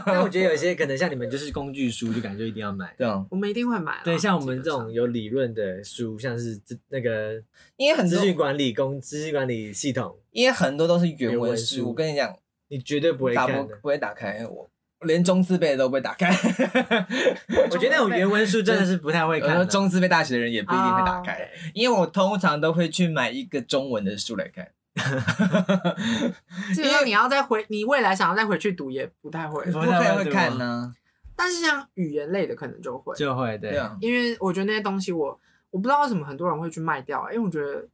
Speaker 3: 但我觉得有些可能像你们就是工具书，就感觉一定要买。
Speaker 1: 对啊，
Speaker 2: 我们一定会买啦。
Speaker 3: 对，像我们
Speaker 2: 基
Speaker 3: 这
Speaker 2: 本上
Speaker 3: 种有理论的书，像是资那个
Speaker 1: 因为很
Speaker 3: 资
Speaker 1: 多，
Speaker 3: 讯管理工、资讯管理系统，
Speaker 1: 因为很多都是原
Speaker 3: 原文
Speaker 1: 文书，
Speaker 3: 书
Speaker 1: 我跟你讲。
Speaker 3: 你绝对不会
Speaker 1: 打
Speaker 3: 看
Speaker 1: 不
Speaker 3: 的。
Speaker 1: 不会打开，我连中字辈的都不会打开。
Speaker 3: 我觉得那种原文书真的是不太会
Speaker 1: 我
Speaker 3: 看
Speaker 1: 说
Speaker 3: 的。
Speaker 1: 呃中字辈大学的人也不一定会打开
Speaker 2: 哦，
Speaker 1: 因为我通常都会去买一个中文的书来看。
Speaker 2: 基本上你要再回，你未来想要再回去读也不太会，
Speaker 3: 不
Speaker 1: 不
Speaker 3: 会
Speaker 1: 可能会
Speaker 3: 啊
Speaker 1: 看呢，
Speaker 2: 但是像语言类的可能就会，
Speaker 3: 就会对
Speaker 1: 对啊，
Speaker 2: 因为我觉得那些东西我我不知道为什么很多人会去卖掉、啊因为我觉得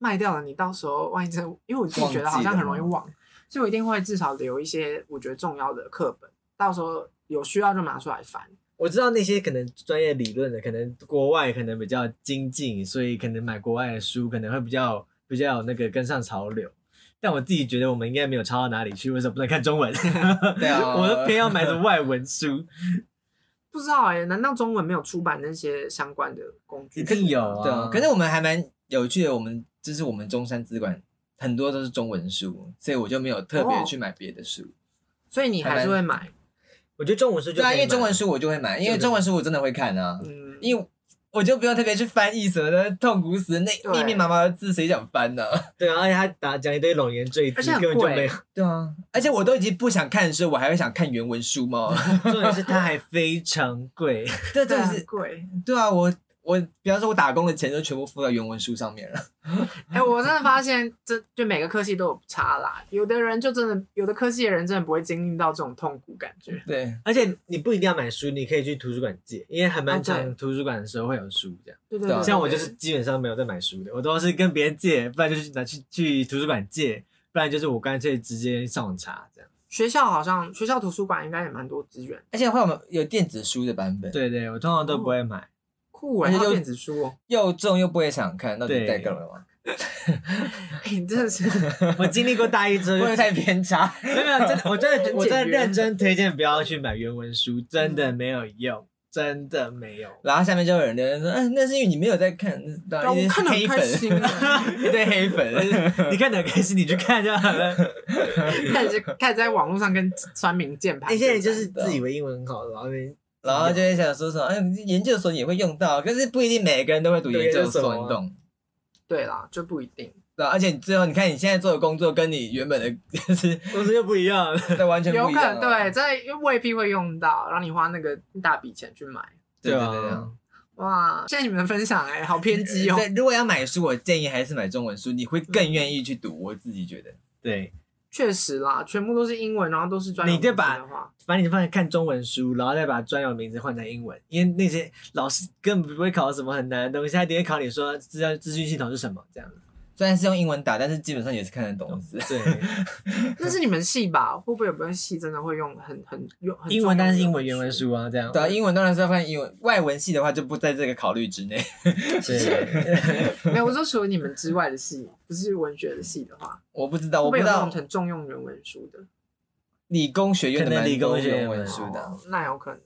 Speaker 2: 卖掉了你到时候万一真的，因为我自己觉得好像很容易忘，所以我一定会至少留一些我觉得重要的课本，到时候有需要就拿出来翻。
Speaker 3: 我知道那些可能专业理论的，可能国外可能比较精进，所以可能买国外的书可能会比较比较有那个跟上潮流。但我自己觉得我们应该没有差到哪里去，为什么不能看中文？对
Speaker 1: 啊
Speaker 3: 我都偏要买着外文书，
Speaker 2: 不知道哎、难道中文没有出版那些相关的工具？
Speaker 3: 一定有啊。
Speaker 1: 对啊。可是我们还蛮有趣的，我们就是我们中山资管很多都是中文书，所以我就没有特
Speaker 3: 哦
Speaker 1: 别去买别的书。
Speaker 2: 所以你还是会买。
Speaker 3: 我觉得中文书就
Speaker 1: 对啊，
Speaker 3: 可以
Speaker 1: 因为中文
Speaker 3: 买
Speaker 1: 书我就会买，因为
Speaker 3: 对对
Speaker 1: 中文书我真的会看啊，
Speaker 2: 嗯，
Speaker 1: 因为我就不用特别去翻译什么的，痛苦死，那
Speaker 2: 对
Speaker 1: 密密麻麻的字谁想翻呢？
Speaker 3: 对啊，而且他打讲一堆冗言赘
Speaker 2: 而且
Speaker 3: 字，
Speaker 2: 很
Speaker 3: 根本就
Speaker 2: 贵
Speaker 3: 没有。
Speaker 1: 对啊，而且我都已经不想看的时候，我还会想看原文书吗？
Speaker 3: 重点是它还非常贵，
Speaker 1: 这
Speaker 2: 对
Speaker 1: 真的
Speaker 2: 很
Speaker 1: 是
Speaker 2: 贵。
Speaker 1: 对啊，我我比方说，我打工的钱都全部付到原文书上面了。
Speaker 2: 哎、我真的发现，这就每个科系都有差啦。有的人就真的，有的科系的人真的不会经历到这种痛苦感觉。
Speaker 1: 对，
Speaker 3: 而且你不一定要买书，你可以去图书馆借，因为还蛮
Speaker 2: 啊对
Speaker 3: 常图书馆的时候会有书这样。
Speaker 2: 对对
Speaker 1: 对啊
Speaker 2: 对，
Speaker 3: 像我就是基本上没有在买书的，我都是跟别人借，不然就是拿去去图书馆借，不然就是我干脆直接上网查这样。
Speaker 2: 学校好像学校图书馆应该也蛮多资源，
Speaker 1: 而且会有有电子书的版本，，
Speaker 3: 对对，我通常都不 会买。
Speaker 2: 酷哎、
Speaker 1: 而且
Speaker 2: 还有
Speaker 1: 就
Speaker 2: 电子书哦、
Speaker 1: 又重又不会想看，到底在干嘛？
Speaker 2: 哎，你真的 是，
Speaker 3: 我经历过大一之后
Speaker 1: 不
Speaker 3: 就，
Speaker 1: 会太偏 差。
Speaker 3: 没有没有，真的，我真
Speaker 2: 很
Speaker 3: 的
Speaker 2: 简
Speaker 3: 我真的
Speaker 2: 约
Speaker 3: 认真推荐不要去买原文书，真的没有用，真的没 有。
Speaker 1: 然后下面就有人留言说：“嗯、那是因为你没有在看，然
Speaker 2: 对啊
Speaker 1: 后一
Speaker 2: 我
Speaker 1: 堆
Speaker 2: 看得很
Speaker 1: 黑
Speaker 2: 开 心
Speaker 1: 粉，
Speaker 2: 啊，
Speaker 1: 一堆黑粉。
Speaker 3: 你看得开心，你去看就好了。
Speaker 2: 开始开始在网络上跟酸民键盘对
Speaker 3: 那
Speaker 2: 战，
Speaker 3: 些人就是自以为英文很好，然后你
Speaker 1: 然后就会想说什么，哎，研究所你也会用到，可是不一定每个人都会读研究所，
Speaker 3: 对
Speaker 1: 你懂？
Speaker 2: 对啦，就不一定。
Speaker 1: 对啊，而且你最后你看你现在做的工作跟你原本的 就是
Speaker 3: 公司又不一样。
Speaker 1: 那完全
Speaker 2: 有
Speaker 1: 不一
Speaker 2: 可
Speaker 1: 样啊、
Speaker 2: 能对，真的又未必会用到，然后你花那个一大笔钱去买。
Speaker 1: 对对
Speaker 3: 啊
Speaker 1: 对对啊。
Speaker 2: 哇，谢谢你们的分享哎、好偏激哦、
Speaker 1: 对，如果要买书，我建议还是买中文书，你会更愿意去读。我自己觉得，
Speaker 3: 对，
Speaker 2: 确实啦，全部都是英文，然后都是专有
Speaker 3: 你就
Speaker 2: 名词
Speaker 3: 把
Speaker 2: 的话，
Speaker 3: 把你放在看中文书，然后再把专有名字换成英文，因为那些老师根本不会考什么很难的东西，他一定会考你说资料资讯系统是什么这样。
Speaker 1: 虽然是用英文打，但是基本上也是看得懂字。
Speaker 3: 对，
Speaker 2: 那是你们系吧？会不会有没有系真的会用很很用很
Speaker 3: 英文
Speaker 2: 专有
Speaker 3: 但
Speaker 2: 名
Speaker 3: 是英文原
Speaker 2: 词
Speaker 3: 文书啊，这 样。
Speaker 1: 对啊，英文当然是要看英文，外文系的话就不在这个考虑之内。
Speaker 3: 对，
Speaker 2: 没有，我说除了你们之外的系，不是文学的系的话，
Speaker 1: 我不知道，
Speaker 2: 会
Speaker 1: 我
Speaker 2: 不
Speaker 1: 不
Speaker 2: 会
Speaker 1: 知
Speaker 2: 有那
Speaker 1: 道
Speaker 2: 种很重用原文书的？
Speaker 1: 理工学院的
Speaker 3: 可能
Speaker 1: 蛮
Speaker 3: 理工
Speaker 1: 多
Speaker 3: 学院
Speaker 1: 中文
Speaker 3: 蛮
Speaker 1: 书的啊。
Speaker 2: 哦那有可能。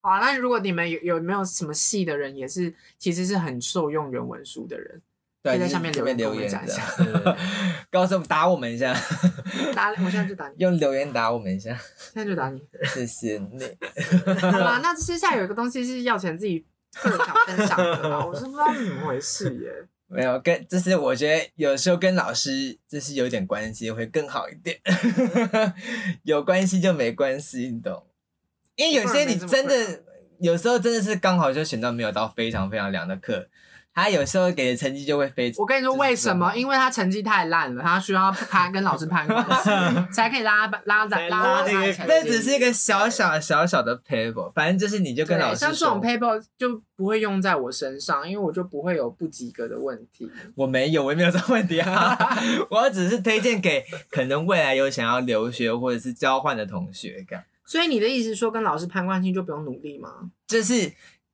Speaker 2: 好啊，那如果你们有有没有什么系的人也是其实是很受用原文书的人，
Speaker 1: 对，啊
Speaker 2: 可以
Speaker 1: 就
Speaker 2: 在
Speaker 1: 是
Speaker 2: 下面
Speaker 1: 这
Speaker 2: 留
Speaker 1: 边
Speaker 2: 言跟
Speaker 1: 留
Speaker 2: 我们
Speaker 1: 言
Speaker 2: 讲一
Speaker 1: 的
Speaker 2: 下
Speaker 1: 对对对 告诉我们打我们一下，
Speaker 2: 打我现在就打你，
Speaker 1: 用留言打我们一下，
Speaker 2: 现在就打你。
Speaker 1: 谢谢你。
Speaker 2: 好啦，那私下有一个东西是要钱自己个人想分享的啦，我是不知道是怎么回事耶。
Speaker 1: 没有跟，就是我觉得有时候跟老师就是有点关系会更好一点， 有关系就没关系，你懂？因为有些你真
Speaker 2: 不然没这么
Speaker 1: 的有时候真的是刚好就选到没有到非常非常凉的课，他有时候给的成绩就会非常
Speaker 2: 我跟你说为什么？因为他成绩太烂了，他需要他跟老师攀关系，才可以拉拉拉
Speaker 3: 才
Speaker 2: 拉
Speaker 3: 拉
Speaker 2: 到他
Speaker 3: 那个
Speaker 2: 的成绩
Speaker 1: 这只是一个小小小小的 paper，反正就是你就跟
Speaker 2: 对
Speaker 1: 老师
Speaker 2: 像这种
Speaker 1: 说，
Speaker 2: paper 就不会用在我身上，因为我就不会有不及格的问题。
Speaker 1: 我没有，我也没有这个问题啊， 我只是推荐给可能未来有想要留学或者是交换的同学这样。
Speaker 2: 所以你的意思是说，跟老师攀关系就不用努力吗？
Speaker 1: 就是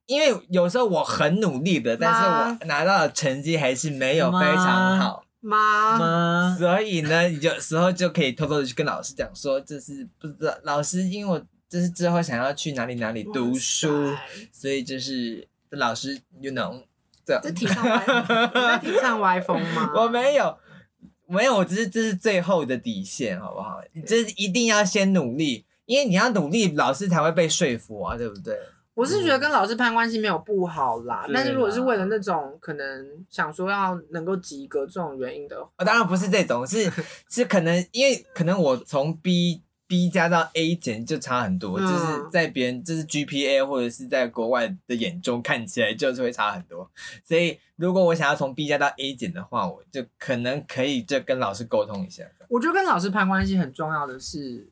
Speaker 1: 因为有时候我很努力的，但
Speaker 2: 妈
Speaker 1: 是我拿到的成绩还是没有非常好，
Speaker 2: 妈，
Speaker 3: 吗？
Speaker 1: 所以呢，你有时候就可以偷偷的去跟老师讲说，就是不知道老师，因为我就是之后想要去哪里哪里读书
Speaker 2: 哇，塞
Speaker 1: 所以就是老师 you know 这样
Speaker 2: 这提上歪，你在提上歪风 吗？
Speaker 1: 我没有。没有，我只是这是最后的底线，好不好？就是一定要先努力，因为你要努力，老师才会被说服啊，对不对？
Speaker 2: 我是觉得跟老师攀关系没有不好啦，
Speaker 1: 对啦
Speaker 2: 但是如果是为了那种可能想说要能够及格这种原因的，
Speaker 1: 啊，当然不是这种， 是是可能因为可能我从 B B 加到 A 减就差很多，就
Speaker 2: 嗯
Speaker 1: 是在别人就是 GPA 或者是在国外的眼中看起来就是会差很多，所以如果我想要从 B 加到 A 减的话，我就可能可以就跟老师沟通一下。
Speaker 2: 我觉得跟老师攀关系很重要的是，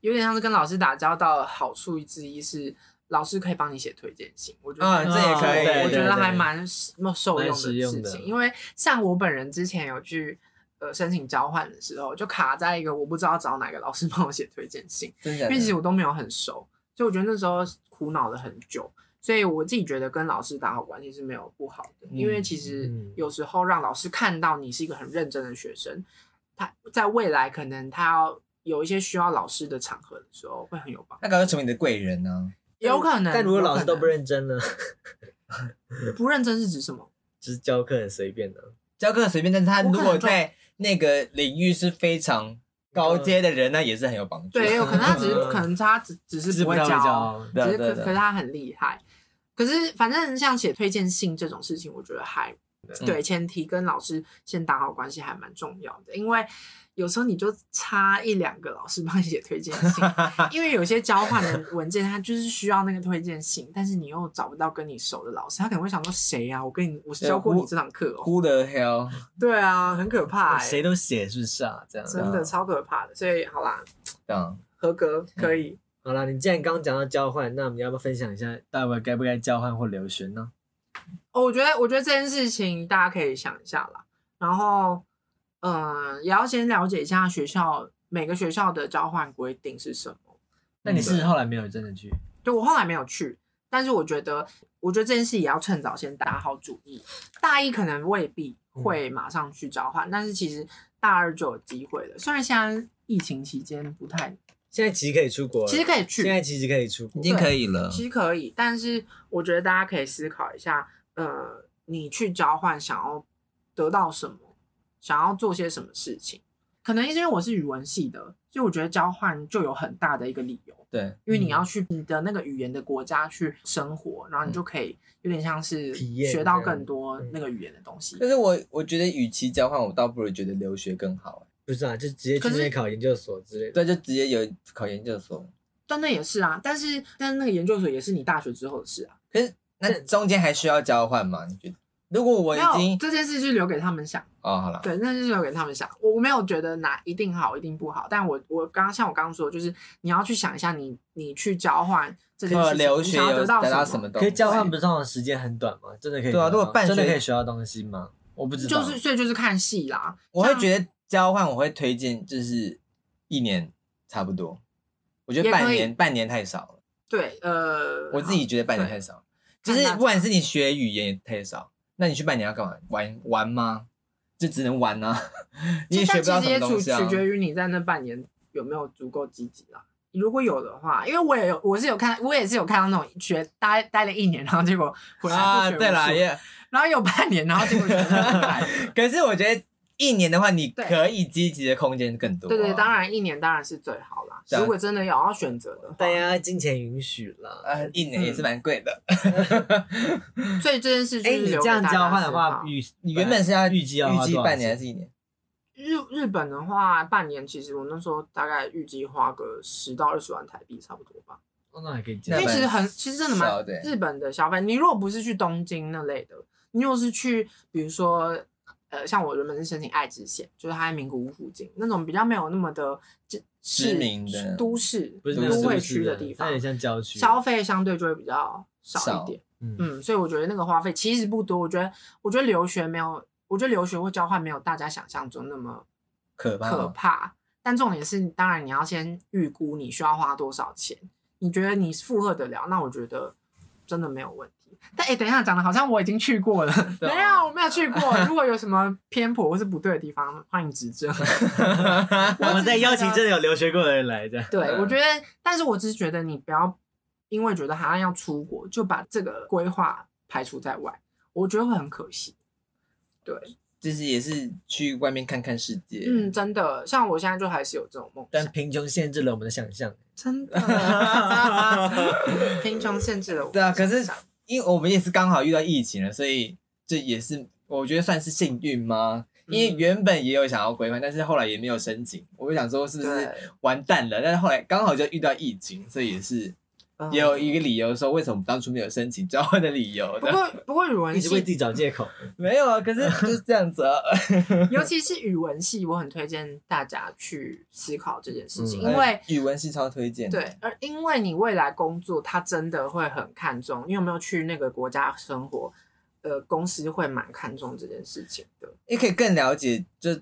Speaker 2: 有点像是跟老师打交道的好处之一是，老师可以帮你写推荐信，我觉得
Speaker 1: 啊，这也可以，
Speaker 3: 对
Speaker 2: 我觉得
Speaker 3: 对
Speaker 2: 还蛮蛮受用的
Speaker 3: 蛮实用
Speaker 2: 事
Speaker 3: 的
Speaker 2: 情，因为像我本人之前有去呃申请交换的时候，就卡在一个我不知道找哪个老师帮我写推荐信，
Speaker 1: 真的
Speaker 2: 因为其实我都没有很熟，所以我觉得那时候苦恼了很久。所以我自己觉得跟老师打好关系是没有不好的，因为其实
Speaker 3: 嗯
Speaker 2: 有时候让老师看到你是一个很认真的学生，他在未来可能他要有一些需要老师的场合的时候会很有帮助，
Speaker 1: 那搞就成为你的贵人啊呢、
Speaker 2: 有可能。
Speaker 3: 但如果
Speaker 2: 有
Speaker 3: 老师
Speaker 2: 可
Speaker 3: 都不
Speaker 2: 能
Speaker 3: 认真呢？
Speaker 2: 不认真是指什么？
Speaker 3: 就是教课很随便的，
Speaker 1: 教课随便，但是他
Speaker 2: 我可
Speaker 1: 如
Speaker 2: 能
Speaker 1: 果
Speaker 2: 就
Speaker 1: 在那个领域是非常高阶的人，那也是很有帮助。
Speaker 2: 嗯对，也有可能他 只是
Speaker 3: 嗯
Speaker 2: 可能他只只
Speaker 3: 就是
Speaker 2: 不
Speaker 3: 不
Speaker 2: 会
Speaker 3: 太
Speaker 2: 教，啊
Speaker 3: 教。
Speaker 1: 对对
Speaker 2: 只是可可是
Speaker 1: 对，
Speaker 2: 他很厉害。可是反正像写推荐信这种事情，我觉得还
Speaker 1: 嗯
Speaker 2: 对前提跟老师先打好关系还蛮重要的，因为有时候你就差一两个老师帮你写推荐信，因为有些交换的文件它就是需要那个推荐信，但是你又找不到跟你熟的老师，他可能会想说谁啊呀、我跟你我是
Speaker 1: 对啊
Speaker 2: 教过你
Speaker 1: 我
Speaker 2: 这堂课哦，
Speaker 1: Who the hell？
Speaker 2: 对啊，很可怕、
Speaker 3: 谁
Speaker 2: 欸，
Speaker 3: 都写是不是啊？这样
Speaker 2: 真的超可怕的，所以好啦，
Speaker 1: 这样。
Speaker 2: 合格可以。
Speaker 3: 好啦，你既然刚刚讲到交换，那我们要不要分享一下，到底该不该交换或留学呢？
Speaker 2: 哦，我觉得，我觉得这件事情大家可以想一下啦。然后，嗯、也要先了解一下学校每个学校的交换规定是什么。
Speaker 3: 那你是后来没有真的去？
Speaker 2: 就我后来没有去，但是我觉得，我觉得这件事也要趁早先打好主意。大一可能未必
Speaker 3: 嗯
Speaker 2: 会马上去交换，但是其实大二就有机会了。虽然现在疫情期间不太，
Speaker 3: 现在其实可以出国了，
Speaker 2: 其实可以
Speaker 3: 现
Speaker 2: 去，
Speaker 3: 在其实可以出国
Speaker 1: 已。经可以
Speaker 3: 嗯
Speaker 1: 了。
Speaker 2: 其实可以，但是我觉得大家可以思考一下，呃，你去交换想要得到什么，想要做些什么事情。可能因为我是语文系的，所以我觉得交换就有很大的一个理由，
Speaker 1: 对，
Speaker 2: 因为你
Speaker 3: 嗯
Speaker 2: 要去你的那个语言的国家去生活，然后你就可以有点像是
Speaker 3: 体验
Speaker 2: 学到
Speaker 3: 这样
Speaker 2: 更多
Speaker 3: 嗯
Speaker 2: 那个语言的东西。
Speaker 1: 但是我我觉得，与其交换，我倒不如觉得留学更好。
Speaker 3: 不是啊，就直接去那边考研究所之类的。
Speaker 1: 对，就直接有考研究所。
Speaker 2: 但那也是啊，但是但是那个研究所也是你大学之后的事啊。
Speaker 1: 可是那中间还需要交换吗？你觉得？如果我
Speaker 2: 没
Speaker 1: 已
Speaker 2: 有
Speaker 1: 经
Speaker 2: 这件事就留给他们想。
Speaker 1: 哦，好了，
Speaker 2: 对，那就是留给他们想。我我没有觉得哪一定好，一定不好。但我我刚刚像我刚刚说的，就是你要去想一下你，你去交换这件事
Speaker 1: 呃，
Speaker 2: 情，
Speaker 1: 留
Speaker 2: 你
Speaker 1: 学
Speaker 2: 想要
Speaker 1: 有
Speaker 2: 得到
Speaker 1: 得到
Speaker 2: 什
Speaker 1: 什
Speaker 2: 么
Speaker 1: 么？
Speaker 3: 可
Speaker 1: 东西？
Speaker 3: 是交换不是通常时间很短吗？真的可以
Speaker 1: 对啊
Speaker 3: 学到
Speaker 1: 如果办
Speaker 3: 真的
Speaker 1: 学
Speaker 3: 可以学到东西吗？我不知道，
Speaker 2: 就是所以就是看戏啦。
Speaker 1: 我会觉得交换我会推荐，就是一年差不多。我觉得
Speaker 2: 也可以
Speaker 1: 半年半年太少了，
Speaker 2: 对，呃，
Speaker 1: 我自己觉得半年太少了。就
Speaker 2: 对
Speaker 1: 是
Speaker 2: 看大家
Speaker 1: 不管是你学语言也太少，那你去半年要干嘛？玩玩吗？就只能玩啊，你也
Speaker 2: 就
Speaker 1: 学
Speaker 2: 但
Speaker 1: 不到什
Speaker 2: 其实也
Speaker 1: 么
Speaker 2: 取
Speaker 1: 东西啊
Speaker 2: 取。决于你在那半年有没有足够积极啦。如果有的话，因为我也有，我是有看，我也是有看到那种学待待了一年，然后结果回来
Speaker 1: 啊，
Speaker 2: 就学
Speaker 1: 对
Speaker 2: 不
Speaker 1: 啦，
Speaker 2: 出
Speaker 1: 也。
Speaker 2: 然后有半年，然后结果学 不出来。
Speaker 1: 可是我觉得一年的话，你
Speaker 2: 对
Speaker 1: 可以积极的空间更多、啊
Speaker 2: 对对，当。然一年当然是最好啦。
Speaker 1: 对啊
Speaker 2: 如果真的有要选择的话，
Speaker 3: 大家啊金钱允许了。
Speaker 1: 呃，一年也是蛮贵的。
Speaker 2: 所以这件事就
Speaker 3: 哎、
Speaker 2: 是
Speaker 3: 你
Speaker 2: 留
Speaker 3: 这
Speaker 2: 给
Speaker 3: 样
Speaker 2: 大
Speaker 3: 交
Speaker 2: 家
Speaker 3: 换的
Speaker 2: 思
Speaker 3: 话
Speaker 2: 考，
Speaker 3: 预
Speaker 1: 你
Speaker 3: 你
Speaker 1: 原本是要
Speaker 3: 预计要
Speaker 1: 预
Speaker 3: 花
Speaker 1: 计
Speaker 3: 多少
Speaker 1: 半年还
Speaker 3: 钱
Speaker 1: 是一年？
Speaker 2: 日日本的话，半年其实我那时候大概预计花个十到二十万台币差不多吧，
Speaker 3: 哦那还可以接
Speaker 1: 那
Speaker 2: 因为
Speaker 3: 受
Speaker 1: 蛮
Speaker 2: 其实很其实真的蛮
Speaker 1: 少的
Speaker 2: 日本的消费，你如果不是去东京那类的，你如果是去比如说呃像我原本是申请爱知县，就是它在名古屋附近那种比较没有那么的知
Speaker 1: 知名的
Speaker 2: 都市
Speaker 3: 不是那
Speaker 1: 都
Speaker 2: 都
Speaker 3: 个
Speaker 1: 市
Speaker 2: 会
Speaker 3: 都
Speaker 2: 区
Speaker 3: 市
Speaker 2: 的
Speaker 3: 的
Speaker 2: 地
Speaker 3: 那
Speaker 2: 方
Speaker 3: 也，像郊区。
Speaker 2: 消费相对就会比较少
Speaker 1: 少
Speaker 2: 一点。
Speaker 3: 嗯，
Speaker 2: 嗯，所以我觉得那个花费其实不多。我觉得，我觉得留学没有，我觉得留学或交换没有大家想象中那么
Speaker 1: 可怕
Speaker 2: 可
Speaker 3: 嗯
Speaker 1: 哦。
Speaker 2: 怕。但重点是，当然你要先预估你需要花多少钱，你觉得你负荷得了，那我觉得真的没有问题。但哎、诶等一下，讲的好像我已经去过了，
Speaker 1: 对啊
Speaker 2: 没有，我没有去过。如果有什么偏颇或是不对的地方，欢迎指正。
Speaker 3: 我们再邀请
Speaker 2: 这。
Speaker 3: 真的有留学过的人来这样。
Speaker 2: 对，
Speaker 1: 嗯
Speaker 2: 我觉得，但是我只是觉得你不要因为觉得好像要出国，就把这个规划排除在外，我觉得会很可惜。
Speaker 1: 就是也是去外面看看世界。
Speaker 2: 嗯，，真的，像我现在就还是有这种梦
Speaker 3: 但
Speaker 2: 想，
Speaker 3: 贫穷限制了我们的想象。
Speaker 2: 真 的，贫穷限制了我。
Speaker 1: 对啊。可是因为我们也是刚好遇到疫情了，所以这也是我觉得算是幸运吗？因为
Speaker 2: 嗯
Speaker 1: 原本也有想要规划，但是后来也没有申请。我就想说是不
Speaker 2: 对
Speaker 1: 是完蛋了？但是后来刚好就遇到疫情，所以也是
Speaker 2: 嗯
Speaker 1: 也有一个理由说为什么当初没有申请交换的理由
Speaker 2: 不
Speaker 1: 的。
Speaker 2: 过不过语文
Speaker 3: 一直
Speaker 2: 系，
Speaker 3: 为自己找借口。
Speaker 1: 没有啊，可是就是这样子啊。
Speaker 2: 尤其是语文系，我很推荐大家去思考这件事情，
Speaker 3: 嗯
Speaker 2: 因为
Speaker 1: 语文系超推荐的，
Speaker 2: 对，而因为你未来工作，他真的会很看重你有没有去那个国家生活，呃，公司会蛮看重这件事情的。
Speaker 1: 也可以更了解就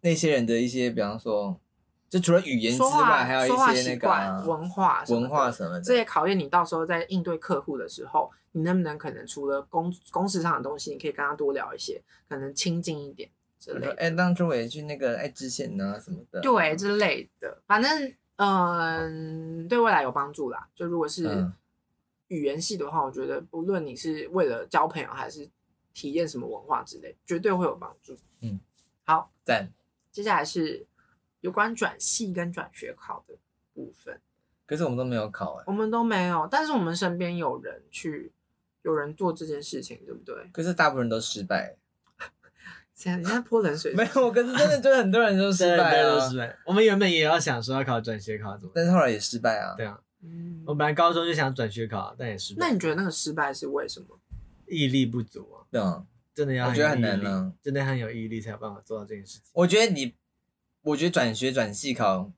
Speaker 1: 那些人的一些，比方说，就除了语言之
Speaker 2: 说
Speaker 1: 外，
Speaker 2: 话
Speaker 1: 还有
Speaker 2: 说话
Speaker 1: 一些那
Speaker 2: 习
Speaker 1: 个啊、
Speaker 2: 惯、文化、
Speaker 1: 文化。什么
Speaker 2: 这
Speaker 1: 的。
Speaker 2: 也考验你到时候在应对客户的时候，你能不能可能除了公公司上的东西，你可以跟他多聊一些，可能亲近一点之类
Speaker 1: 说
Speaker 2: 的，
Speaker 1: 哎，当初我也去那个爱知县啊什么的，
Speaker 2: 对之类的。反正嗯，对未来有帮助啦。就如果是
Speaker 1: 嗯
Speaker 2: 语言系的话，我觉得不论你是为了交朋友还是体验什么文化之类，绝对会有帮助。
Speaker 1: 嗯，
Speaker 2: 好，
Speaker 1: 赞。
Speaker 2: 接下来是有关转系跟转学考的部分。
Speaker 1: 可是我们都没有考哎、
Speaker 2: 我们都没有，但是我们身边有人去，有人做这件事情，对不对？
Speaker 1: 可是大部分人都失败，
Speaker 2: 现在你在泼冷 水，
Speaker 1: 没有。可是真的就很多人都失败
Speaker 3: 对
Speaker 1: 啊
Speaker 3: 都，失败。我们原本也要想说要考转学考怎么，
Speaker 1: 但是后来也失败啊。
Speaker 3: 对啊，
Speaker 2: 嗯
Speaker 3: 我本来高中就想转学考，但也失败。
Speaker 2: 那你觉得那个失败是为什么？
Speaker 3: 毅力不足啊，
Speaker 1: 对啊，
Speaker 3: 真的要
Speaker 1: 我觉得很
Speaker 3: 有毅
Speaker 1: 难
Speaker 3: 力
Speaker 1: 啊，
Speaker 3: 真的很有毅力才有办法做到这件事情。
Speaker 1: 我觉得你，我觉得转学转系考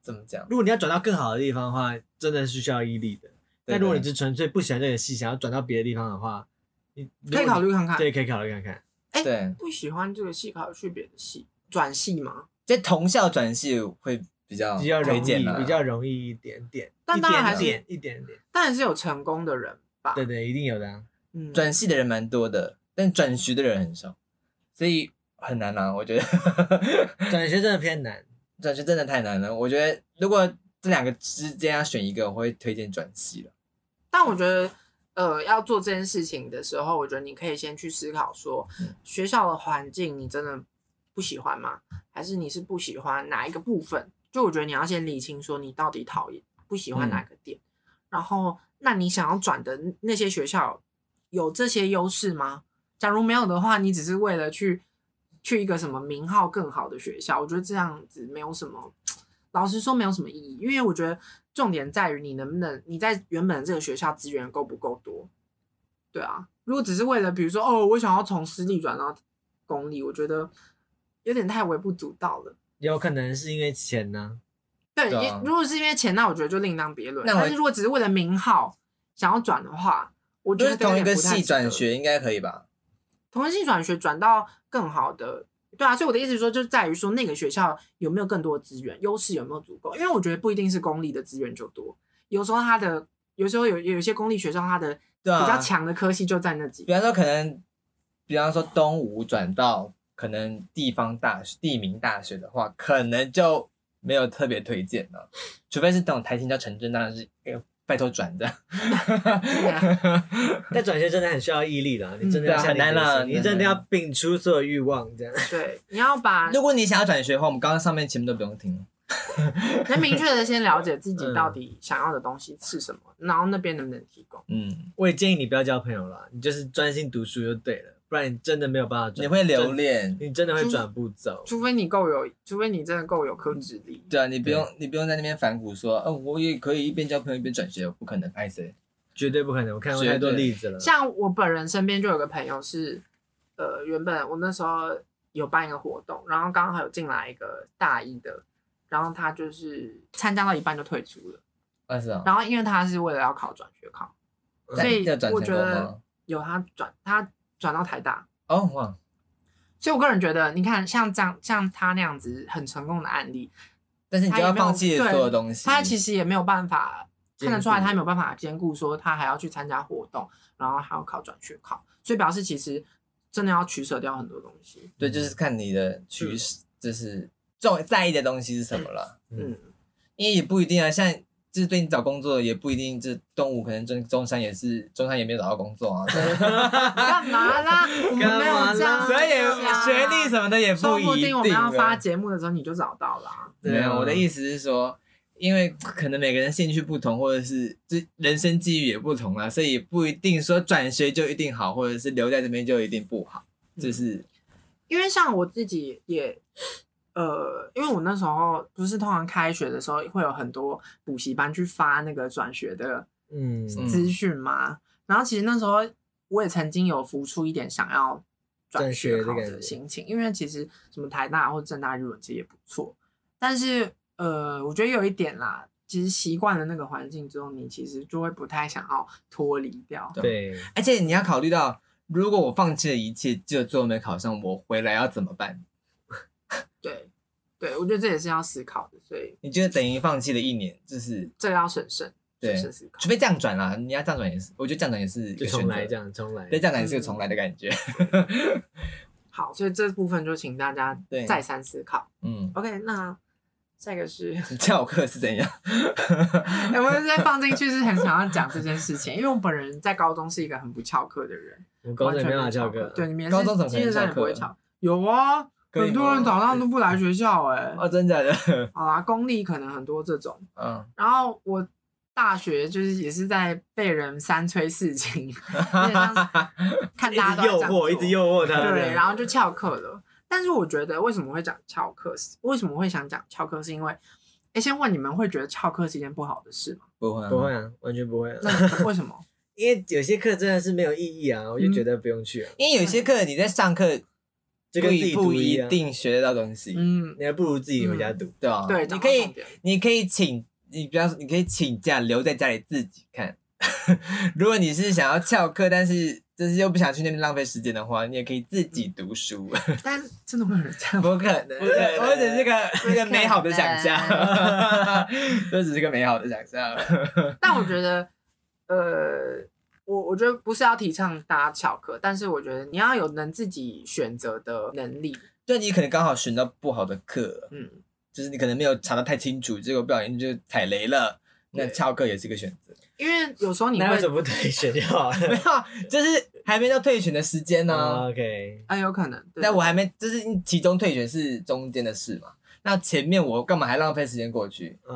Speaker 1: 怎么讲？
Speaker 3: 如果你要转到更好的地方的话，真的是需要毅力的。
Speaker 1: 对
Speaker 3: 但如果
Speaker 1: 对
Speaker 3: 你是纯粹不喜欢这个系，想要转到别的地方的话，你
Speaker 2: 可以考，虑看看。
Speaker 3: 如果你对，可以考虑看看。
Speaker 2: 哎
Speaker 1: 对，
Speaker 2: 不喜欢这个系，考去别的系，转系吗？
Speaker 1: 在同校转系会比较
Speaker 3: 比较容
Speaker 1: 哦推
Speaker 3: 易，
Speaker 1: 荐啦
Speaker 3: 比较容易一点点，
Speaker 2: 但
Speaker 3: 一
Speaker 2: 当然还
Speaker 3: 点
Speaker 2: 是
Speaker 3: 点一点点，
Speaker 2: 当然是有成功的人吧。
Speaker 3: 对，对，一定有的、啊。
Speaker 2: 嗯，
Speaker 1: 转系的人蛮多的，但转学的人很少，所以很难啊。我觉得
Speaker 3: 转学真的偏难，
Speaker 1: 转学真的太难了。我觉得如果这两个之间要选一个，我会推荐转系了。
Speaker 2: 但我觉得，呃，要做这件事情的时候，我觉得你可以先去思考说，
Speaker 1: 嗯
Speaker 2: 学校的环境你真的不喜欢吗？还是你是不喜欢哪一个部分？就我觉得你要先理清说你到底讨厌不喜欢哪个点，然后那你想要转的那些学校有这些优势吗？假如没有的话，你只是为了去去一个什么名号更好的学校，我觉得这样子没有什么，老实说没有什么意义，因为我觉得重点在于你能不能你在原本的这个学校资源够不够多，对啊，如果只是为了比如说哦，我想要从私立转到公立，我觉得有点太微不足道了。
Speaker 3: 有可能是因为钱呢、
Speaker 2: 对，
Speaker 1: 对啊
Speaker 2: 因如果是因为钱，那我觉得就另当别论。
Speaker 1: 那我
Speaker 2: 但是如果只是为了名号想要转的话，我觉
Speaker 1: 就
Speaker 2: 得
Speaker 1: 是同一个
Speaker 2: 有点不太
Speaker 1: 系
Speaker 2: 值得
Speaker 1: 转，学应该可以吧？
Speaker 2: 同一个系转学转到更好的，对啊。所以我的意思说，就在于说那个学校有没有更多的资源，优势有没有足够？因为我觉得不一定是公立的资源就多，有时候它的有时候有有一些公立学校它的
Speaker 1: 对啊，
Speaker 2: 比较。强的科系就在那几
Speaker 1: 比方说可能，比方说东吴转到可能地方大学、地名大学的话，可能就没有特别推荐的、除非是那种台新叫陈真，当然是、哎呦拜托转的。
Speaker 2: 啊
Speaker 3: 但转学真的很需要毅力啦，你真的
Speaker 1: 嗯对
Speaker 3: 要
Speaker 1: 啊
Speaker 3: 下定
Speaker 1: 很难
Speaker 3: 决
Speaker 1: 啦
Speaker 3: 心你真的要
Speaker 1: 很
Speaker 3: 摒除所有欲望，这样。
Speaker 2: 对，你要把
Speaker 1: 如果你想要转学的话，我们刚刚上面前面都不用听了。
Speaker 2: 能明确的先了解自
Speaker 1: 嗯
Speaker 2: 己到底想要的东西是什么，然后那边能不能提供。
Speaker 1: 嗯，
Speaker 3: 我也建议你不要交朋友啦，你就是专心读书就对了，不然你真的没有办法转。
Speaker 1: 你会留
Speaker 3: 真，
Speaker 1: 恋。
Speaker 3: 你真的会转不走。
Speaker 2: 除非你够有，除非你真的够有科技力。
Speaker 1: 对啊，你不用你不用在那边反骨说，哦，我也可以一边交朋友一边转学，我不可能，爱谁？
Speaker 3: 绝对不可能，我看过太多例子
Speaker 1: 嗯
Speaker 3: 了。
Speaker 2: 像我本人身边就有个朋友是，呃，原本我那时候有办一个活动，然后刚好有进来一个大一的，然后他就是参加到一半就退出了，
Speaker 1: 但是啊，
Speaker 2: 然后因为他是为了要考转学考，所以
Speaker 1: 要嗯转
Speaker 2: 我
Speaker 1: 成
Speaker 2: 觉
Speaker 1: 功
Speaker 2: 得
Speaker 1: 吗？
Speaker 2: 有他转他转到台大，
Speaker 1: 哦哇，
Speaker 2: 所以我个人觉得，你看像这样像他那样子很成功的案例，
Speaker 1: 但是你就要
Speaker 2: 他也没有
Speaker 1: 放弃所有东西。
Speaker 2: 他其实也没有办法看得出
Speaker 3: 兼
Speaker 2: 来，
Speaker 3: 顾
Speaker 2: 他没有办法兼顾说他还要去参加活动，然后还要考转学考，所以表示其实真的要取舍掉很多东 西。
Speaker 1: 对，就是看你的取舍，就是重在意的东西是什么了。
Speaker 2: 嗯，
Speaker 1: 因为也不一定啊，像就是对你找工作也不一定，这动物可能中中山也是中山也没有找到工作啊，
Speaker 2: 干嘛啦？我们没有这样，
Speaker 3: 干嘛 啦
Speaker 1: 所以也学历
Speaker 2: 么
Speaker 1: 什么的也
Speaker 2: 啊说
Speaker 1: 不
Speaker 2: 不
Speaker 1: 一
Speaker 2: 定
Speaker 1: 定啊。
Speaker 2: 我们要发节目的时候你就找到啦。
Speaker 1: 没有，啊我的意
Speaker 3: 思，
Speaker 1: 思是说，因为可能每个人兴趣不同，或者是这人生际遇也不同啊啦，所以也不一定说转学就一定好，或者是留在这边就一定不好。
Speaker 2: 嗯
Speaker 1: 就是
Speaker 2: 因为像我自己也，呃，因为我那时候不是通常开学的时候会有很多补习班去发那个转学的
Speaker 3: 嗯，
Speaker 2: 资讯嘛。然后其实那时候我也曾经有浮出一点想要转学考
Speaker 3: 转学的感觉
Speaker 2: 的心情，因为其实什么台大或正大日文其实也不错，但是呃，我觉得有一点啦，其实习惯了那个环境之后，你其实就会不太想要脱离掉。
Speaker 3: 对，
Speaker 1: 而且你要考虑到，如果我放弃了一切，就最后没考上，我回来要怎么办？
Speaker 2: 对，对，我觉得这也是要思考的，所以
Speaker 1: 你就等于放弃了一年，就是
Speaker 2: 这个要审慎，
Speaker 1: 对
Speaker 2: 审慎思考
Speaker 1: 除。非这样转啦、你要这样转也是，我觉得这样转也是一
Speaker 3: 就
Speaker 1: 个
Speaker 3: 重来这
Speaker 1: 样，
Speaker 3: 样，重来。
Speaker 1: 对，这样转也是个重来的感觉。
Speaker 2: 好，所以这部分就请大家
Speaker 1: 对
Speaker 2: 再三思考。
Speaker 1: 嗯，
Speaker 2: OK，那下一个是。
Speaker 1: 翘课是怎样？
Speaker 2: 欸、我在放进去是很想要讲这件事情，因为我本人在高中是一个很不翘课的人，
Speaker 3: 我高中也没办法
Speaker 2: 完全
Speaker 3: 翘
Speaker 2: 不
Speaker 3: 课，
Speaker 2: 对，你们也
Speaker 1: 高中怎
Speaker 2: 是
Speaker 1: 么可能
Speaker 2: 基本上
Speaker 1: 翘
Speaker 2: 也不会
Speaker 1: 课
Speaker 2: 翘。有啊，
Speaker 1: 可以
Speaker 2: 很多人
Speaker 1: 吗
Speaker 2: 早上都不来学 校哎、
Speaker 3: 呃
Speaker 2: 欸。
Speaker 1: 哦，真假的？
Speaker 2: 好啦，公立可能很多这种。
Speaker 1: 嗯，
Speaker 2: 然后我大学就是也是在被人三催四请， 有点 像是看
Speaker 3: 一
Speaker 2: 大家都
Speaker 3: 直
Speaker 2: 在
Speaker 3: 诱
Speaker 2: 这样
Speaker 3: 惑，一
Speaker 2: 做
Speaker 3: 直诱惑他。
Speaker 2: 对，然后就翘课了。但是我觉得为什么会讲翘课是，为什么会想讲翘课，是因为，哎，先问你们会觉得翘课是一件不好的事吗？
Speaker 1: 不会啊，
Speaker 3: 不会啊，完全不会啊，
Speaker 2: 那为什么？
Speaker 3: 因为有些课真的是没有意义啊，我就
Speaker 2: 嗯
Speaker 3: 觉得不用去啊，
Speaker 1: 因为有些课你在上课
Speaker 3: 就
Speaker 1: 不
Speaker 3: 跟自己
Speaker 1: 一
Speaker 3: 读
Speaker 1: 不
Speaker 3: 一样
Speaker 1: 一定学得到东西，嗯
Speaker 2: 嗯，
Speaker 3: 你还不如自己回家读。
Speaker 1: 对吧？
Speaker 2: 对，
Speaker 1: 你
Speaker 2: 啊讲
Speaker 1: 可
Speaker 2: 到重
Speaker 1: 以，
Speaker 2: 点
Speaker 1: 你可以请，你比方说，你可以请假留在家里自己看。 如果你是想要翘课，但是就是又不想去那边浪费时间的话，你也可以自己读书。
Speaker 2: 但 真的会有人这样吗？
Speaker 1: 不可能，
Speaker 3: 不可能
Speaker 1: 我只是个
Speaker 4: 能
Speaker 1: 一个美好的想象， 这只是个美好的想象。
Speaker 2: 但我觉得，呃，我我觉得不是要提倡大家翘课，但是我觉得你要有能自己选择的能力。
Speaker 1: 就你可能刚好选到不好的课，
Speaker 2: 嗯，
Speaker 1: 就是你可能没有查得太清楚，结果不小心就踩雷了。那
Speaker 2: 对
Speaker 1: 翘课也是个选择，
Speaker 2: 因为有时候你
Speaker 3: 那为什
Speaker 2: 会，
Speaker 3: 么不退学就好
Speaker 1: 没
Speaker 3: 了
Speaker 1: 有，就是还没到退选的时间呢、
Speaker 3: ？OK，
Speaker 2: 啊，有可能。对
Speaker 1: 但我还没，就是其中退选是中间的事嘛。那前面我干嘛还浪费时间过去？
Speaker 3: 啊，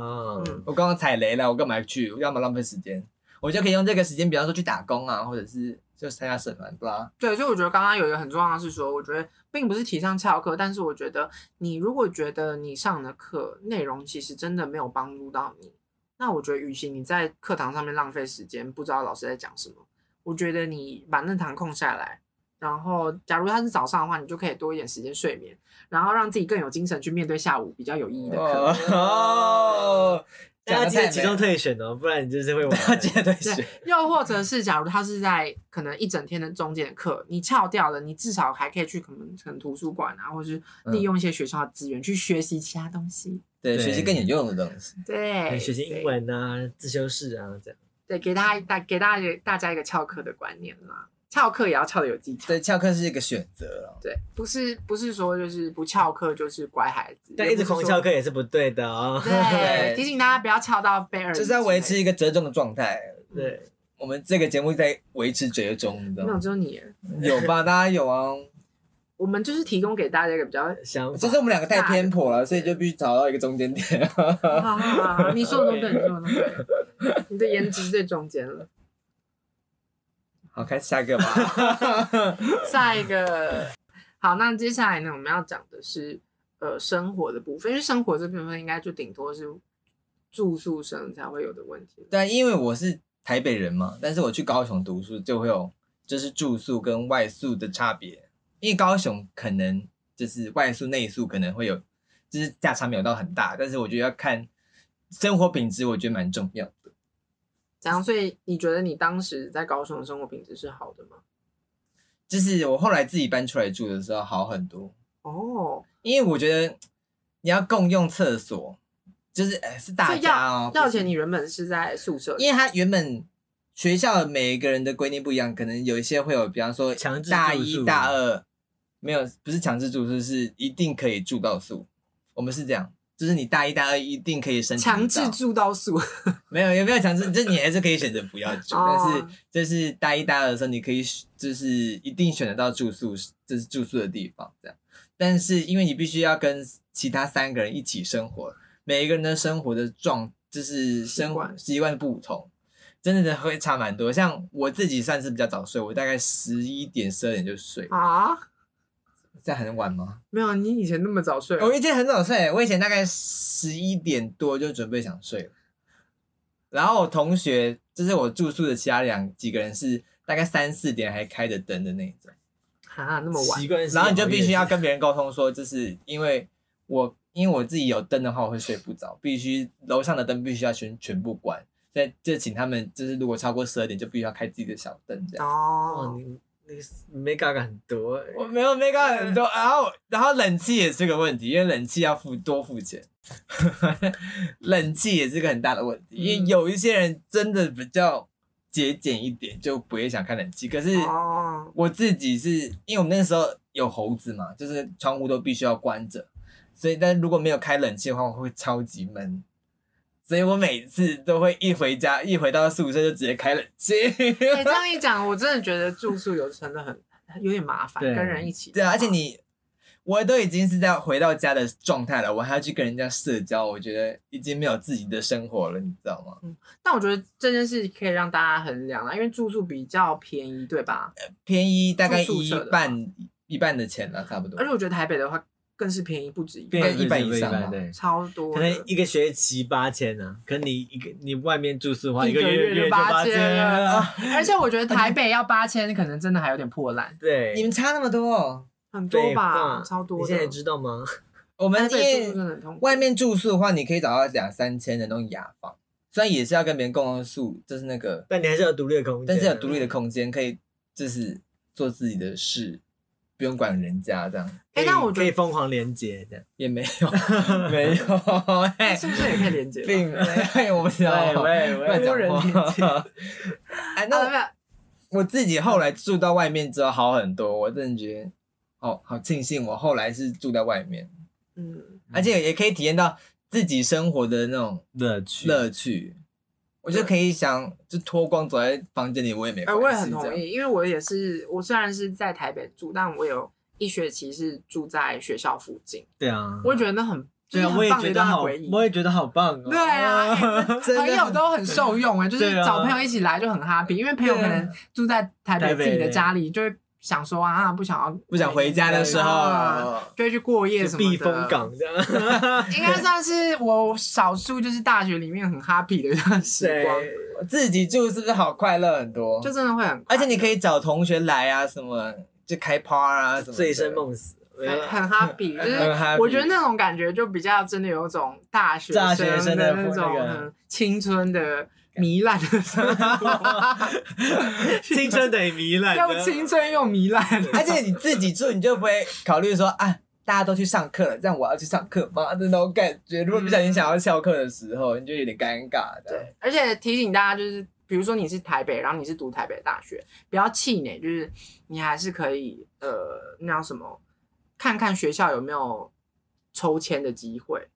Speaker 2: 嗯
Speaker 1: 我刚刚踩雷了，我干嘛去？我干嘛浪费时间？我就可以用这个时间，比方说去打工啊，或者是就参加社团，不啦。
Speaker 2: 对，所以我觉得刚刚有一个很重要的是说，我觉得并不是提倡翘课，但是我觉得你如果觉得你上的课内容其实真的没有帮助到你，那我觉得与其你在课堂上面浪费时间，不知道老师在讲什么，我觉得你把那堂空下来，然后假如他是早上的话，你就可以多一点时间睡眠，然后让自己更有精神去面对下午比较有意义的课。
Speaker 1: 哦，
Speaker 3: 大家记得集
Speaker 1: 集
Speaker 3: 中
Speaker 1: 中
Speaker 3: 退选哦，不然你就是会
Speaker 1: 要
Speaker 3: 玩。
Speaker 1: 记得退选
Speaker 2: 对。，又或者是假如他是在可能一整天的中间的课，你翘掉了，你至少还可以去可能可能图书馆啊，或是利用一些学校的资源去学习其他东西。
Speaker 1: 对，
Speaker 3: 对
Speaker 1: 学习更有用的东西。
Speaker 2: 对，
Speaker 3: 学习英文啊，自修室啊，这样。
Speaker 2: 对。对，给大家大给大家大家一个翘课的观念啦。翘课也要翘的有技巧。
Speaker 1: 对，翘课是一个选择啊了。
Speaker 2: 对，不是不是说就是不翘课就是乖孩子，
Speaker 3: 但
Speaker 2: 也
Speaker 3: 一
Speaker 2: 不
Speaker 3: 直
Speaker 2: 是
Speaker 3: 狂
Speaker 2: 说
Speaker 3: 翘。课也是不对的 哦。
Speaker 2: 对，提醒大家不要翘到被耳，
Speaker 1: 就是要维持一个折中的状态。
Speaker 3: 对，
Speaker 1: 我们这个节目在维持折中，你知道
Speaker 2: 没有
Speaker 1: 吗？
Speaker 2: 只有你，
Speaker 1: 有吧？大家有 啊。
Speaker 2: 我们就是提供给大家一个比较
Speaker 3: 想
Speaker 1: 就是我们两个太偏颇了，所以就必须找到一个中间点。
Speaker 2: 啊，你说的都对，你说的都对，你的颜值最中间了。
Speaker 1: 好，看下一个 吧。
Speaker 2: 下一个，好，那接下来呢，我们要讲的是呃生活的部分，因为生活这部分应该就顶多是住宿生才会有的问题。
Speaker 1: 对，啊因为我是台北人嘛，但是我去高雄读书就会有就是住宿跟外宿的差别，因为高雄可能就是外宿内宿可能会有，就是价差没有到很大，但是我觉得要看生活品质，我觉得蛮重要的。
Speaker 2: 怎样？所以你觉得你当时在高雄的生活品质是好的吗？
Speaker 1: 就是我后来自己搬出来住的时候好很多，
Speaker 2: 哦，
Speaker 1: 因为我觉得你要共用厕所，就是哎是大
Speaker 2: 所以
Speaker 1: 家哦
Speaker 2: 要，
Speaker 1: 不
Speaker 2: 要
Speaker 1: 是
Speaker 2: 钱，你原本是在宿舍里，
Speaker 1: 因为他原本学校每一个人的规定不一样，可能有一些会有，比方说
Speaker 3: 强制住宿
Speaker 1: 大一、大二没有，不是强制住宿，是一定可以住到宿。我们是这样，就是你大一、大二一定可以申请
Speaker 2: 强
Speaker 1: 到
Speaker 2: 制住到宿，
Speaker 1: 没有，也没有强制，就是你还是可以选择不要住，但
Speaker 2: 哦
Speaker 1: 是就是大一、大二的时候，你可以选就是一定选得到住宿，就是住宿的地方这样。但是因为你必须要跟其他三个人一起生活，每一个人的生活的状就是生活
Speaker 2: 习惯
Speaker 1: 习惯不同，真的会差蛮多。像我自己算是比较早睡，我大概十一点、十二点就睡，
Speaker 2: 啊？
Speaker 1: 这样很晚吗？
Speaker 2: 没有，你以前那么早睡哦，
Speaker 1: 我以前很早睡，我以前大概十一点多就准备想睡了。然后我同学，就是我住宿的其他两几个人是大概三四点还开着灯的那一种，
Speaker 2: 啊，那么晚
Speaker 3: 习惯性
Speaker 1: 然
Speaker 3: 熬夜，
Speaker 1: 后你就必须要跟别人沟通说，就是因为我因为我自己有灯的话，我会睡不着，必须楼上的灯必须要全全部关，所以就请他们就是如果超过十二点就必须要开自己的小灯这样。
Speaker 3: 哦，
Speaker 2: 哦，
Speaker 3: 你那个没嘎嘎很多欸，
Speaker 1: 我没有没搞很多，然后然后冷气也是个问题，因为冷气要付多付钱， 冷气也是个很大的问题，因为有一些人真的比较节俭一点，就不会想开冷气。可是
Speaker 2: 哦，
Speaker 1: 我自己是因为我们那时候有猴子嘛，就是窗户都必须要关着，所以但如果没有开冷气的话，我会超级闷。所以我每次都会一回家，一回到宿舍就直接开冷气。
Speaker 2: 哎，这样一讲，我真的觉得住宿有真的很有点麻烦，
Speaker 3: 对
Speaker 2: 跟人一起的
Speaker 1: 对
Speaker 2: 话。
Speaker 1: 啊，而且你我都已经是在回到家的状态了，我还要去跟人家社交，我觉得已经没有自己的生活了，你知道吗？
Speaker 2: 但我觉得这件事可以让大家衡量啦，因为住宿比较便宜，对吧？
Speaker 1: 便宜大概
Speaker 2: 住宿
Speaker 1: 一
Speaker 2: 舍的
Speaker 1: 半一半的钱了，差不多
Speaker 2: 而。且我觉得台北的话更是便宜不止一
Speaker 1: 便
Speaker 2: 倍，
Speaker 1: 宜一半以上啊吧
Speaker 3: 对。
Speaker 2: 超多
Speaker 3: 可
Speaker 2: 的。
Speaker 3: 能一个学期八千呢、可能你一个你外面住宿的话，
Speaker 2: 一
Speaker 3: 个
Speaker 2: 个月
Speaker 3: 月
Speaker 2: 就
Speaker 3: 月就
Speaker 2: 八千
Speaker 3: 千
Speaker 2: 了
Speaker 3: 啊。
Speaker 2: 而且我觉得台北要八千，可能真的还有点破烂，
Speaker 3: 对，
Speaker 1: 你们差那么多、哦，
Speaker 2: 很
Speaker 3: 对
Speaker 2: 多吧，
Speaker 3: 哇
Speaker 2: 超多
Speaker 3: 你
Speaker 2: 的。
Speaker 3: 现在知道吗？
Speaker 1: 我们因
Speaker 2: 台北住宿真
Speaker 1: 为
Speaker 2: 的很痛苦。
Speaker 1: 外面住宿的话，你可以找到两三千的那种雅房，虽然也是要跟别人共用宿，就是那个，
Speaker 3: 但你还是有独立的
Speaker 2: 啊
Speaker 3: 空间，啊
Speaker 1: 但是有独立的。空间，可以就是做自己的事，不用管人家这样。
Speaker 2: 哎，但我
Speaker 3: 可
Speaker 2: 觉
Speaker 3: 以
Speaker 2: 得
Speaker 3: 疯狂连接这样。
Speaker 1: 也没 有，没有，哎、
Speaker 2: 是不是也可以连接 吧？啊
Speaker 1: 并没有，我不知道。
Speaker 3: 喂
Speaker 1: 乱
Speaker 2: 多人
Speaker 1: 讲
Speaker 2: 连
Speaker 1: 话。 哎，
Speaker 2: 啊 没
Speaker 1: 那
Speaker 2: 有
Speaker 1: 我自己后来住到外面之后好很多，我真的觉得哦，好庆幸我后来是住在外面，
Speaker 2: 嗯，
Speaker 1: 而且也可以体验到自己生活的那种
Speaker 3: 乐趣，
Speaker 1: 乐趣。我就可以想，就脱光走在房间里，我也没
Speaker 2: 哎，
Speaker 1: 关系。
Speaker 2: 我也很同
Speaker 1: 这样。
Speaker 2: 意，因为我也是，我虽然是在台北住，但我有一学期是住在学校附近，
Speaker 3: 对啊，
Speaker 2: 我也觉得那很
Speaker 3: 对
Speaker 2: 就是
Speaker 3: 啊，我
Speaker 2: 很
Speaker 3: 也
Speaker 2: 棒的
Speaker 3: 觉
Speaker 2: 一
Speaker 3: 得
Speaker 2: 段
Speaker 3: 好，
Speaker 2: 回忆。
Speaker 3: 我也觉得好棒哦。
Speaker 2: 对 啊，哎
Speaker 1: 真的
Speaker 2: 朋友都很受用哎，就是
Speaker 3: 对啊
Speaker 2: 找朋友一起来就很 happy，因为朋友可能住在台北
Speaker 3: 台北
Speaker 2: 自己的家里，就会想说啊，不想要
Speaker 1: 不想回家的时
Speaker 2: 啊
Speaker 1: 候，
Speaker 2: 就会去过夜什么的。
Speaker 3: 避风，港这样。
Speaker 2: 应该算是我少数就是大学里面很 happy 的一段时光，
Speaker 3: 对，
Speaker 1: 自己住是不是好快乐很多？
Speaker 2: 就真的会很快
Speaker 1: 而
Speaker 2: 乐，
Speaker 1: 且你可以找同学来啊，什么就开趴啊，什么的
Speaker 3: 醉生梦死，没有
Speaker 2: 很
Speaker 3: 啦
Speaker 2: 很 happy，就
Speaker 1: 很
Speaker 2: 是
Speaker 1: happy
Speaker 2: 我觉得那种感觉就比较真的有种大学
Speaker 3: 大学
Speaker 2: 的
Speaker 3: 生的
Speaker 2: 那种
Speaker 3: 那个
Speaker 2: 很青春的糜烂的生 活，
Speaker 3: 青春等于糜烂，
Speaker 2: 又青春又糜烂。
Speaker 1: 而且你自己住，你就不会考虑说啊，大家都去上课了，这样我要去上课吗？ 的那种
Speaker 2: 嗯
Speaker 1: 感觉。如果不小心想要翘课的时候，你就有点尴尬的。
Speaker 2: 对，而且提醒大家，就是比如说你是台北，然后你是读台北大学，不要气馁，就是你还是可以呃，那叫什么，看看学校有没有抽签的机会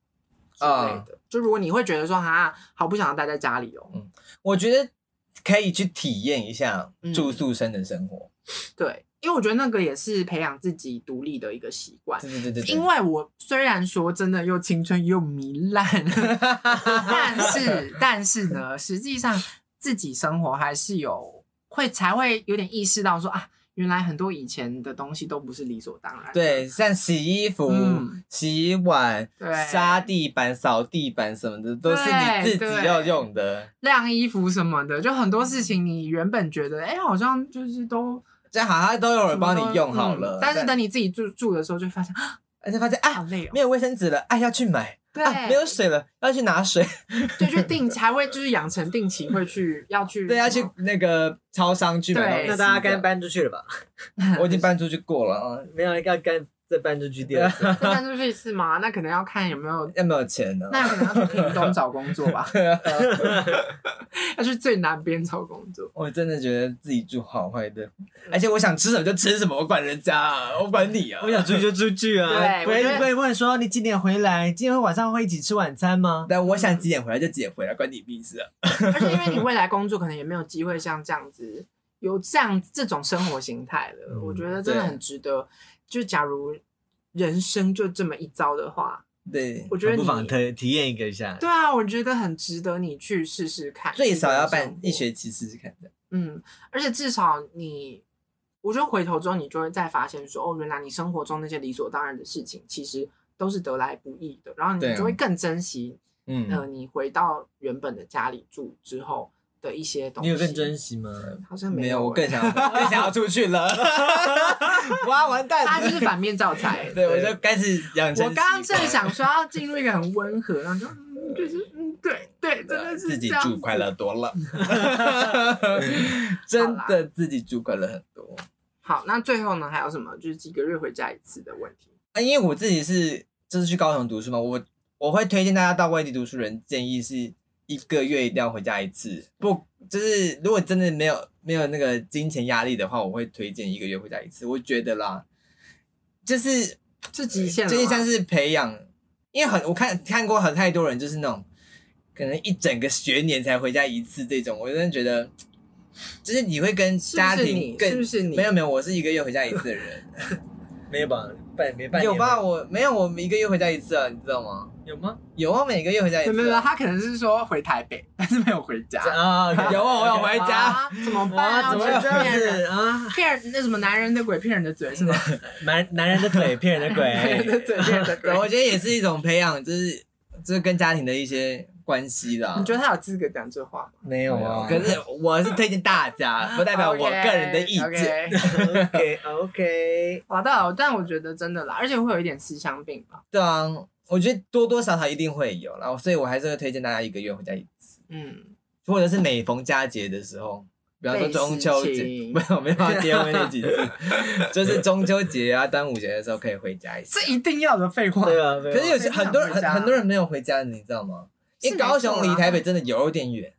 Speaker 2: 之
Speaker 3: 啊
Speaker 2: 类的。就如果你会觉得说哈，好不想要待在家里哦，
Speaker 1: 我觉得可以去体验一下
Speaker 2: 嗯
Speaker 1: 住宿生的生活。
Speaker 2: 对，因为我觉得那个也是培养自己独立的一个习惯。
Speaker 1: 对对对对对，
Speaker 2: 因为我虽然说真的又青春又糜 烂，但是但是呢，实际上自己生活还是有会才会有点意识到说啊，原来很多以前的东西都不是理所当然。，
Speaker 1: 对，像洗衣服、
Speaker 2: 嗯
Speaker 1: 洗碗、
Speaker 2: 对
Speaker 1: 擦地板、扫地板什么的，都是
Speaker 2: 对
Speaker 1: 你自
Speaker 2: 对
Speaker 1: 己要用的。
Speaker 2: 晾衣服什么的，就很多事情你原本觉得哎、好像就是都
Speaker 1: 这好，它都有人帮
Speaker 2: 什么
Speaker 1: 你
Speaker 2: 都
Speaker 1: 用好了
Speaker 2: 嗯，但是等你自己住住的时候，就发现啊
Speaker 1: 而且发现啊
Speaker 2: 好，累哦
Speaker 1: 没。有卫生纸了，哎，要去买。
Speaker 2: 对
Speaker 1: 啊，没有水了，要去拿水。
Speaker 2: 对，就定期还会就是养成定期 会去要去
Speaker 1: 对，要
Speaker 2: 什
Speaker 1: 去
Speaker 2: 么
Speaker 1: 那个超商去买东
Speaker 2: 嗯对
Speaker 1: 西。
Speaker 3: 那大家该，搬出去了吧？
Speaker 1: 我已经搬出去过了啊，
Speaker 3: 没有要该再搬出去第二次。
Speaker 2: 那搬出去一次嘛，那可能要看有没有，
Speaker 1: 要没有钱呢？
Speaker 2: 那可能要去屏东找工作吧，
Speaker 1: 啊
Speaker 2: 要去最南边找工作。
Speaker 1: 我真的觉得自己住好快乐，
Speaker 2: 嗯
Speaker 1: 而且我想吃什么就吃什么，我管人家啊，我管你啊。
Speaker 3: 我想出去就出去啊，
Speaker 2: 对
Speaker 3: 不
Speaker 2: 我觉
Speaker 3: 会
Speaker 2: 得
Speaker 3: 不会问说你几点回来？今天晚上会一起吃晚餐吗？
Speaker 1: 但我想几点回来就几点回来，关你屁事啊！
Speaker 2: 而且因为你未来工作可能也没有机会像这样子有这样这种生活形态了，
Speaker 3: 嗯
Speaker 2: 我觉得真的
Speaker 1: 对
Speaker 2: 很值得。就假如人生就这么一遭的话，
Speaker 1: 对，
Speaker 2: 我觉得
Speaker 3: 不妨
Speaker 2: 你
Speaker 3: 体体验一个一下。
Speaker 2: 对啊，我觉得很值得你去试试看，
Speaker 1: 最少要
Speaker 2: 这
Speaker 1: 办
Speaker 2: 种生活
Speaker 1: 一学期试试看的。
Speaker 2: 嗯，而且至少你，我觉得回头之后，你就会再发现说，哦，原来你生活中那些理所当然的事情，其实都是得来不易的。然后
Speaker 1: 对
Speaker 2: 你
Speaker 1: 啊
Speaker 2: 就会更珍惜，呃，
Speaker 1: 嗯，
Speaker 2: 你回到原本的家里住之后的一些东西。
Speaker 3: 你有更珍惜吗？
Speaker 2: 好像
Speaker 1: 没有，
Speaker 2: 有欸，
Speaker 1: 我更想要更想要出去 了。哇，完蛋了！。
Speaker 2: 他就是反面教材
Speaker 1: 对，我就开始养成习惯。
Speaker 2: 我刚刚正 想说要进入一个很温和，然后就嗯，就是嗯，对对，真的是
Speaker 1: 自己
Speaker 2: 这样
Speaker 1: 住快
Speaker 2: 子
Speaker 1: 乐多 了， 真的自己住快乐很多。
Speaker 2: 好，那最后呢，还有什么就是几个月回家一次的问题？
Speaker 1: 啊，因为我自己是就是去高雄读书嘛，我我会推荐大家到外地读书人，建议是一个月一定要回家一次。不，就是如果真的没有没有那个金钱压力的话，我会推荐一个月回家一次。我觉得啦，就是
Speaker 2: 是极限了
Speaker 1: 这
Speaker 2: 吗，
Speaker 1: 就像是培养，因为很我看看过很太多人就是那种可能一整个学年才回家一次这种，我真的觉得。就是你会跟
Speaker 2: 是不
Speaker 1: 家
Speaker 2: 是
Speaker 1: 庭
Speaker 2: 你？
Speaker 1: 更
Speaker 2: 是不是你？
Speaker 1: 没有没有，我是一个月回家一次的人，
Speaker 3: 没有吧？半没半年
Speaker 1: 有吧？？我没有，我一个月回家一次啊，你知道吗？
Speaker 3: 有吗？
Speaker 1: 有啊，每个月回家一次、
Speaker 2: 对
Speaker 1: 啊。
Speaker 2: 没有没有，他可能是说回台北，但是没有回家。
Speaker 3: 啊，
Speaker 1: 有啊，我有回
Speaker 2: 啊
Speaker 1: 家。
Speaker 2: 怎么办
Speaker 3: 啊，
Speaker 2: 啊？
Speaker 3: 怎么
Speaker 2: 这
Speaker 3: 会这
Speaker 2: 是骗
Speaker 3: 样子
Speaker 2: 人？
Speaker 3: 啊？
Speaker 2: 骗人那什么男人的鬼骗人的嘴是吗？
Speaker 3: 男男人的腿骗人的
Speaker 2: 男 人的
Speaker 3: 鬼，
Speaker 2: 嘴骗人的
Speaker 1: 对，我
Speaker 2: 鬼。
Speaker 1: 觉得也是一种培养，就是就是跟家庭的一些关系啦。
Speaker 2: 你觉得他有资格讲这话吗？
Speaker 3: 没有
Speaker 1: 没
Speaker 3: 啊？
Speaker 1: 可是我是推荐大家， 不代表我个人的意见。
Speaker 2: OK，OK。
Speaker 3: OK OK，
Speaker 2: 好的，但我觉得真的啦，而且会有一点思乡病吧。
Speaker 1: 对啊，我觉得多多少少一定会有啦，然后所以我还是会推荐大家一个月回家一次，
Speaker 2: 嗯，
Speaker 1: 或者是每逢佳节的时候。比方说中秋 节，
Speaker 2: 倍思亲
Speaker 1: 没有没办法结婚那几次， 就是中秋节啊、端午节的时候可以回家一次。
Speaker 2: 这一定要的废话。
Speaker 3: 对啊，
Speaker 1: 可是有些
Speaker 2: 谁不想
Speaker 1: 很多人
Speaker 2: 回
Speaker 1: 很
Speaker 2: 家
Speaker 1: 很多人没有回家，你知道吗？因为
Speaker 2: 是没
Speaker 1: 高雄
Speaker 2: 错啊
Speaker 1: 离
Speaker 2: 啦
Speaker 1: 台北真的有点远。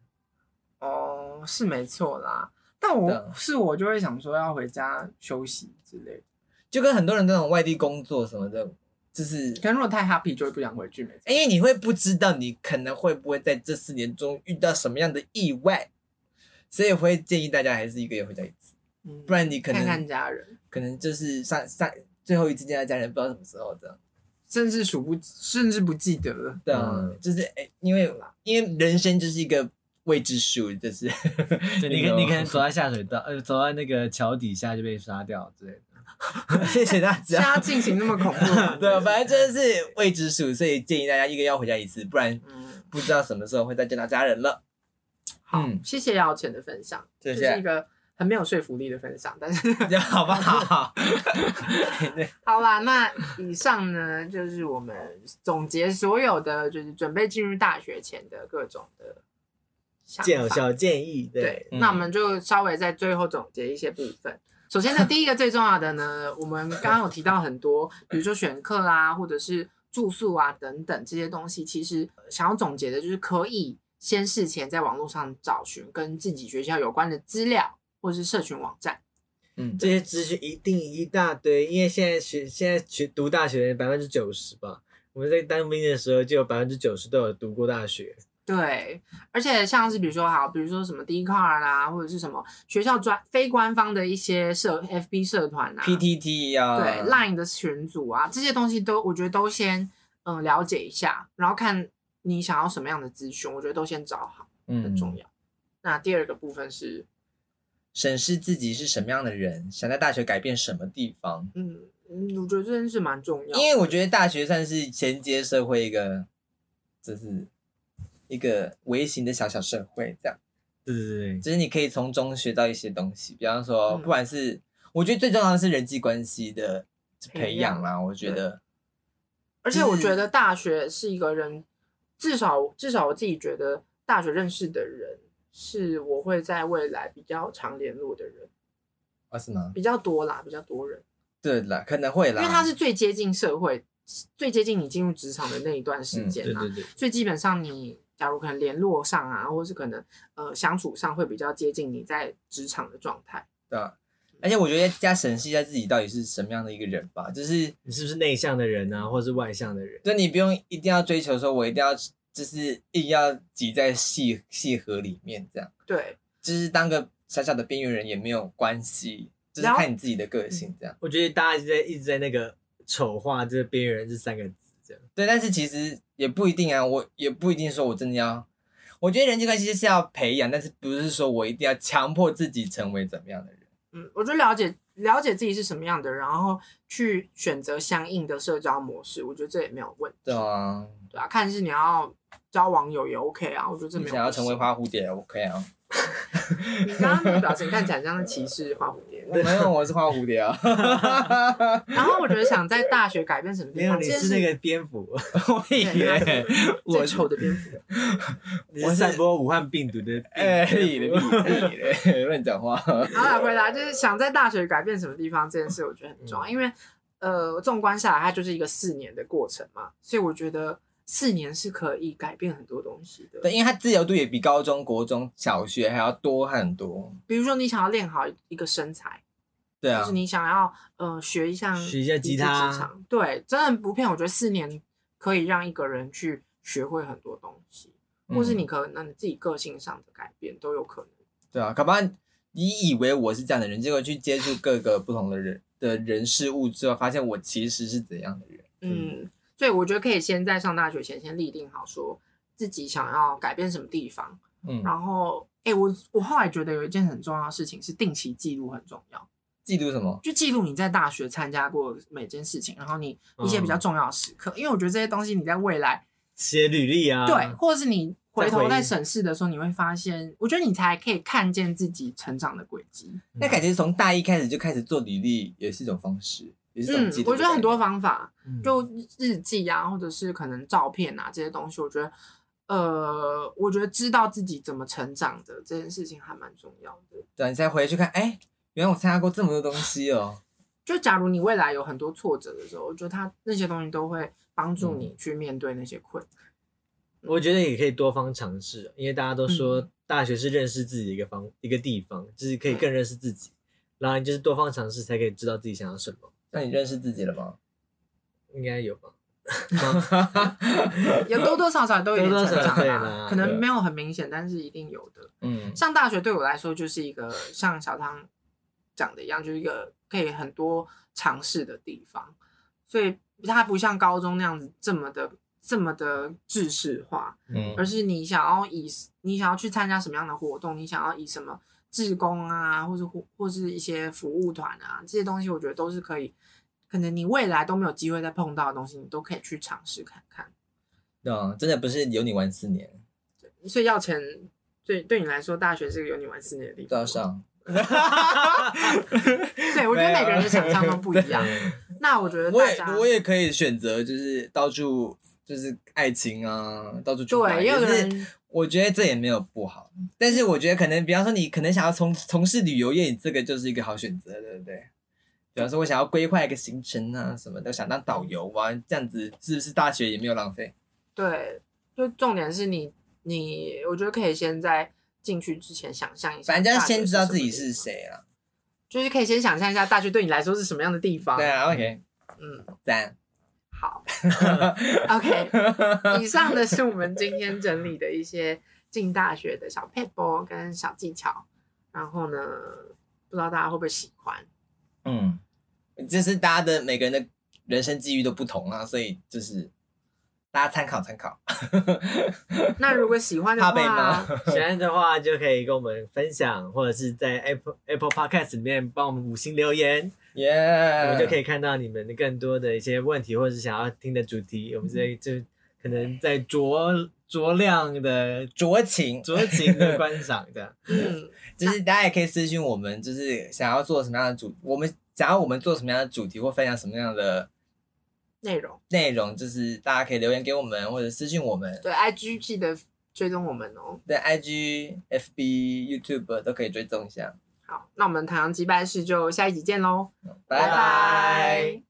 Speaker 2: 哦，是没错啦。但
Speaker 1: 对
Speaker 2: 我
Speaker 1: 啊
Speaker 2: 是我就会想说要回家休息之类的。
Speaker 1: 就跟很多人那种外地工作什么的，就是
Speaker 2: 可能如果太 happy 就会不想回去，没错。
Speaker 1: 因为你会不知道你可能会不会在这四年中遇到什么样的意外，所以我会建议大家还是一个月回家一次，
Speaker 2: 嗯
Speaker 1: 不然你可能
Speaker 2: 看看家人，
Speaker 1: 可能就是上上最后一次见到家人，不知道什么时候这样。
Speaker 2: 甚至数不甚至不记得了。
Speaker 1: 对啊，
Speaker 3: 嗯
Speaker 1: 就是哎、因为因为人生就是一个未知数，就是
Speaker 3: 对你可你可能走在下水道，呃，走在那个桥底下就被杀掉之类的。
Speaker 1: 谢谢大
Speaker 2: 现 在
Speaker 1: 家。
Speaker 2: 要进行那么恐怖的
Speaker 1: 对啊， 反正就是未知数，所以建议大家一个月要回家一次，不然
Speaker 2: 嗯，
Speaker 1: 不知道什么时候会再见到家人了。
Speaker 2: 好，
Speaker 1: 嗯
Speaker 2: 谢谢姚晨的分享，
Speaker 1: 谢谢
Speaker 2: 这是一个很没有说服力的分享，但是
Speaker 1: 这样好不好？
Speaker 2: 好啦，那以上呢就是我们总结所有的，就是准备进入大学前的各种的想
Speaker 3: 建有
Speaker 2: 法
Speaker 3: 小建议，
Speaker 2: 对，
Speaker 1: 嗯
Speaker 2: 那我们就稍微在最后总结一些部分。首先呢，第一个最重要的呢，我们刚刚有提到很多，比如说选课啦，或者是住宿啊等等这些东西，其实呃想要总结的就是可以先事前在网络上找寻跟自己学校有关的资料，或是社群网站。
Speaker 1: 嗯，
Speaker 3: 这些资讯一定一大堆，因为现在学现在学读大学的百分之九十吧，我们在当兵的时候就有百分之九十都有读过大学。
Speaker 2: 对，而且像是比如说好，比如说什么 d c a r 啦，或者是什么学校专非官方的一些社 FB 社团啊
Speaker 1: PTT 呀、
Speaker 2: 对 Line 的群组啊，这些东西都我觉得都先嗯了解一下，然后看你想要什么样的资讯，我觉得都先找好，很
Speaker 1: 嗯
Speaker 2: 重要。那第二个部分是，
Speaker 1: 审视自己是什么样的人，想在大学改变什么地方。
Speaker 2: 嗯，嗯我觉得这件事蛮重要的，
Speaker 1: 因为我觉得大学算是衔接社会一个，就是一个微型的小小社会，这样，
Speaker 3: 对对对，
Speaker 1: 就是你可以从中学到一些东西，比方说，
Speaker 2: 嗯
Speaker 1: 不管是、我觉得最重要的是人际关系的培养啦，我觉得，
Speaker 2: 而且我觉
Speaker 1: 嗯
Speaker 2: 得大学是一个人，至少至少我自己觉得大学认识的人是我会在未来比较常联络的人，
Speaker 1: 啊是吗？
Speaker 2: 比较多啦，比较多人，
Speaker 1: 对啦，可能会
Speaker 2: 因
Speaker 1: 啦，
Speaker 2: 为他是最接近社会、最接近你进入职场的那一段
Speaker 1: 嗯
Speaker 2: 时间啊
Speaker 3: 对
Speaker 2: 啦，
Speaker 3: 对对，
Speaker 2: 所以基本上你假如可能联络上啊，或是可能呃相处上会比较接近你在职场的状态。
Speaker 1: 对啊。而且我觉得加审视一下自己到底是什么样的一个人吧，就是
Speaker 3: 你是不是内向的人啊，或者是外向的人？
Speaker 1: 就你不用一定要追求说，我一定要就是硬要挤在细细河里面这样，
Speaker 2: 对，
Speaker 1: 就是当个小小的边缘人也没有关系，就是
Speaker 2: 然后
Speaker 1: 看你自己的个性这样。
Speaker 3: 我觉得大家一直在一直在那个丑化这个边缘人这三个字，这样
Speaker 1: 对，但是其实也不一定啊，我也不一定说我真的要，我觉得人际关系是要培养，但是不是说我一定要强迫自己成为怎么样的人。
Speaker 2: 嗯，我就了解了解自己是什么样的人，然后去选择相应的社交模式，我觉得这也没有问题。
Speaker 1: 对啊，
Speaker 2: 对啊，看是你要交网友也 OK 啊，我觉得这没
Speaker 1: 你
Speaker 2: 有。
Speaker 1: 想要成为，花蝴蝶，OK 啊？
Speaker 2: 你刚刚那个表情看起来像是歧视花蝴蝶。
Speaker 1: 没有，我是花蝴蝶啊，
Speaker 2: 然后我觉得想在大学改变什么
Speaker 3: 没
Speaker 2: 地
Speaker 3: 有
Speaker 2: 方，
Speaker 3: 你
Speaker 2: 这件
Speaker 3: 是
Speaker 2: 事
Speaker 3: 那个蝙蝠，
Speaker 1: 我以为我
Speaker 2: 最丑的蝙蝠。
Speaker 3: 你是散播武汉病毒 的
Speaker 1: 哎，你
Speaker 3: 蝙
Speaker 1: 的
Speaker 3: 蝠。
Speaker 1: 屁嘞， 乱讲话。
Speaker 2: 然后来回答就是想在大学改变什么地方这件事，我觉得很重要，因为呃，纵观下来，它就是一个四年的过程嘛，所以我觉得四年是可以改变很多东西的。
Speaker 1: 对，，因为它自由度也比高中国中小学还要多很多。
Speaker 2: 比如说你想要练好一个身材，
Speaker 1: 对啊
Speaker 2: 就是，你想要呃学一项
Speaker 3: 学一下吉他
Speaker 2: 一技之长对，真的不骗，我觉得四年可以让一个人去学会很多东西，或是
Speaker 1: 嗯
Speaker 2: 你可能自己个性上的改变都有可能。
Speaker 1: 对啊，搞不好你以为我是这样的人，结果去接触各个不同的人的人事物之后，发现我其实是怎样的人。
Speaker 2: 嗯，所以我觉得可以先在上大学前先立定好，说自己想要改变什么地方。
Speaker 1: 嗯，
Speaker 2: 然后，哎、我我后来觉得有一件很重要的事情是定期记录很重要，
Speaker 1: 嫉妒什么？
Speaker 2: 就记录你在大学参加过每件事情，然后你一些比较
Speaker 3: 嗯
Speaker 2: 重要的时刻，因为我觉得这些东西你在未来
Speaker 3: 写履历啊，
Speaker 2: 对，或者是你回
Speaker 3: 再回
Speaker 2: 头
Speaker 3: 忆
Speaker 2: 在审视的时候，你会发现，我觉得你才可以看见自己成长的轨迹。
Speaker 1: 那感觉从大一开始就开始做履历，也是一种方式，也是一种嫉
Speaker 2: 嗯
Speaker 1: 妒的概念。，
Speaker 2: 我觉得很多方法，
Speaker 3: 嗯，
Speaker 2: 就日记啊，或者是可能照片啊这些东西，我觉得，呃，我觉得知道自己怎么成长的这件事情还蛮重要的。
Speaker 1: 对啊，你再回去看，哎，原来我参加过这么多东西哦。
Speaker 2: 就假如你未来有很多挫折的时候，我觉得它那些东西都会帮助
Speaker 3: 嗯
Speaker 2: 你去面对那些困难。
Speaker 3: 我觉得也可以多方尝试，因为大家都
Speaker 2: 嗯
Speaker 3: 说大学是认识自己的一个方、一个地方，就是可以更认识自己，然后你就是多方尝试才可以知道自己想要什么，
Speaker 1: 那你认识自己了吗？
Speaker 3: 应该有 吧？
Speaker 2: 有多多少少都有点
Speaker 3: 多多
Speaker 2: 成
Speaker 3: 少少
Speaker 2: 长
Speaker 3: 对
Speaker 2: 啦
Speaker 3: 啦，
Speaker 2: 可能
Speaker 1: 对
Speaker 2: 没有很明显，但是一定有的。
Speaker 1: 嗯，
Speaker 2: 上大学对我来说就是一个像小汤讲的一样，就是一个可以很多尝试的地方，所以它不像高中那样子这么的这么的制式化，
Speaker 1: 嗯
Speaker 2: 而是你想要以你想要去参加什么样的活动，你想要以什么志工啊，或者或是一些服务团啊这些东西，我觉得都是可以，可能你未来都没有机会再碰到的东西，你都可以去尝试看看。
Speaker 1: 对啊，真的不是有你玩四年，
Speaker 2: 所以要钱，对对你来说，大学是个有你玩四年的地
Speaker 1: 都
Speaker 2: 方
Speaker 1: 要
Speaker 2: 吗。
Speaker 1: 上。
Speaker 2: 对，我觉得每个人的想象都不一样。那我觉得
Speaker 1: 啊我
Speaker 2: 大
Speaker 1: 也
Speaker 2: 家
Speaker 1: 我也可以选择，就是到处就是爱情啊，到处去玩
Speaker 2: 对，也有
Speaker 1: 就
Speaker 2: 的
Speaker 1: 是
Speaker 2: 人
Speaker 1: 我觉得这也没有不好，但是我觉得可能，比方说你可能想要从从事旅游业，你这个就是一个好选择，对不对？比方说，我想要规划一个行程啊，什么的，想当导游啊，这样子是不是大学也没有浪费？
Speaker 2: 对，就重点是你你我觉得可以先在进去之前想象一下，
Speaker 1: 反正就是先知道自己是，谁啊。
Speaker 2: 就是可以先想象一下大学对你来说是什么样的地方。
Speaker 1: 对啊，OK，
Speaker 2: 嗯，
Speaker 1: 赞。
Speaker 2: 好嗯，OK。以上的是我们今天整理的一些进大学的小 p a p 跟小技巧，然后呢，不知道大家会不会喜欢？
Speaker 1: 嗯，就是大家的每个人的人生际遇都不同啊，所以就是大家参考参考。
Speaker 2: 那如果喜欢的
Speaker 1: 怕被
Speaker 2: 话
Speaker 1: 骂，
Speaker 3: 喜欢的话就可以跟我们分享，或者是在 Apple Apple Podcast 里面帮我们五星留言，
Speaker 1: 耶，
Speaker 3: 我们就可
Speaker 1: 以
Speaker 3: 以看到你们的更多的一些问题，或者是想要听的主题，我们这就可能在酌酌量的
Speaker 1: 酌情，
Speaker 3: 酌情的观赏这样。
Speaker 2: 嗯，
Speaker 1: 就是大家也可以私信我们，就是想要做什么样的主，我们想要我们做什么样的主题或分享什么样的
Speaker 2: 内容
Speaker 1: 内容，就是大家可以留言给我们或者私信我们。
Speaker 2: 对 IG 记得追踪我们哦。
Speaker 1: 对，IG、FB、YouTube 都可以追踪一下。
Speaker 2: 好，那我们唐阳击败室就下一集见喽，
Speaker 1: 拜拜。
Speaker 2: 拜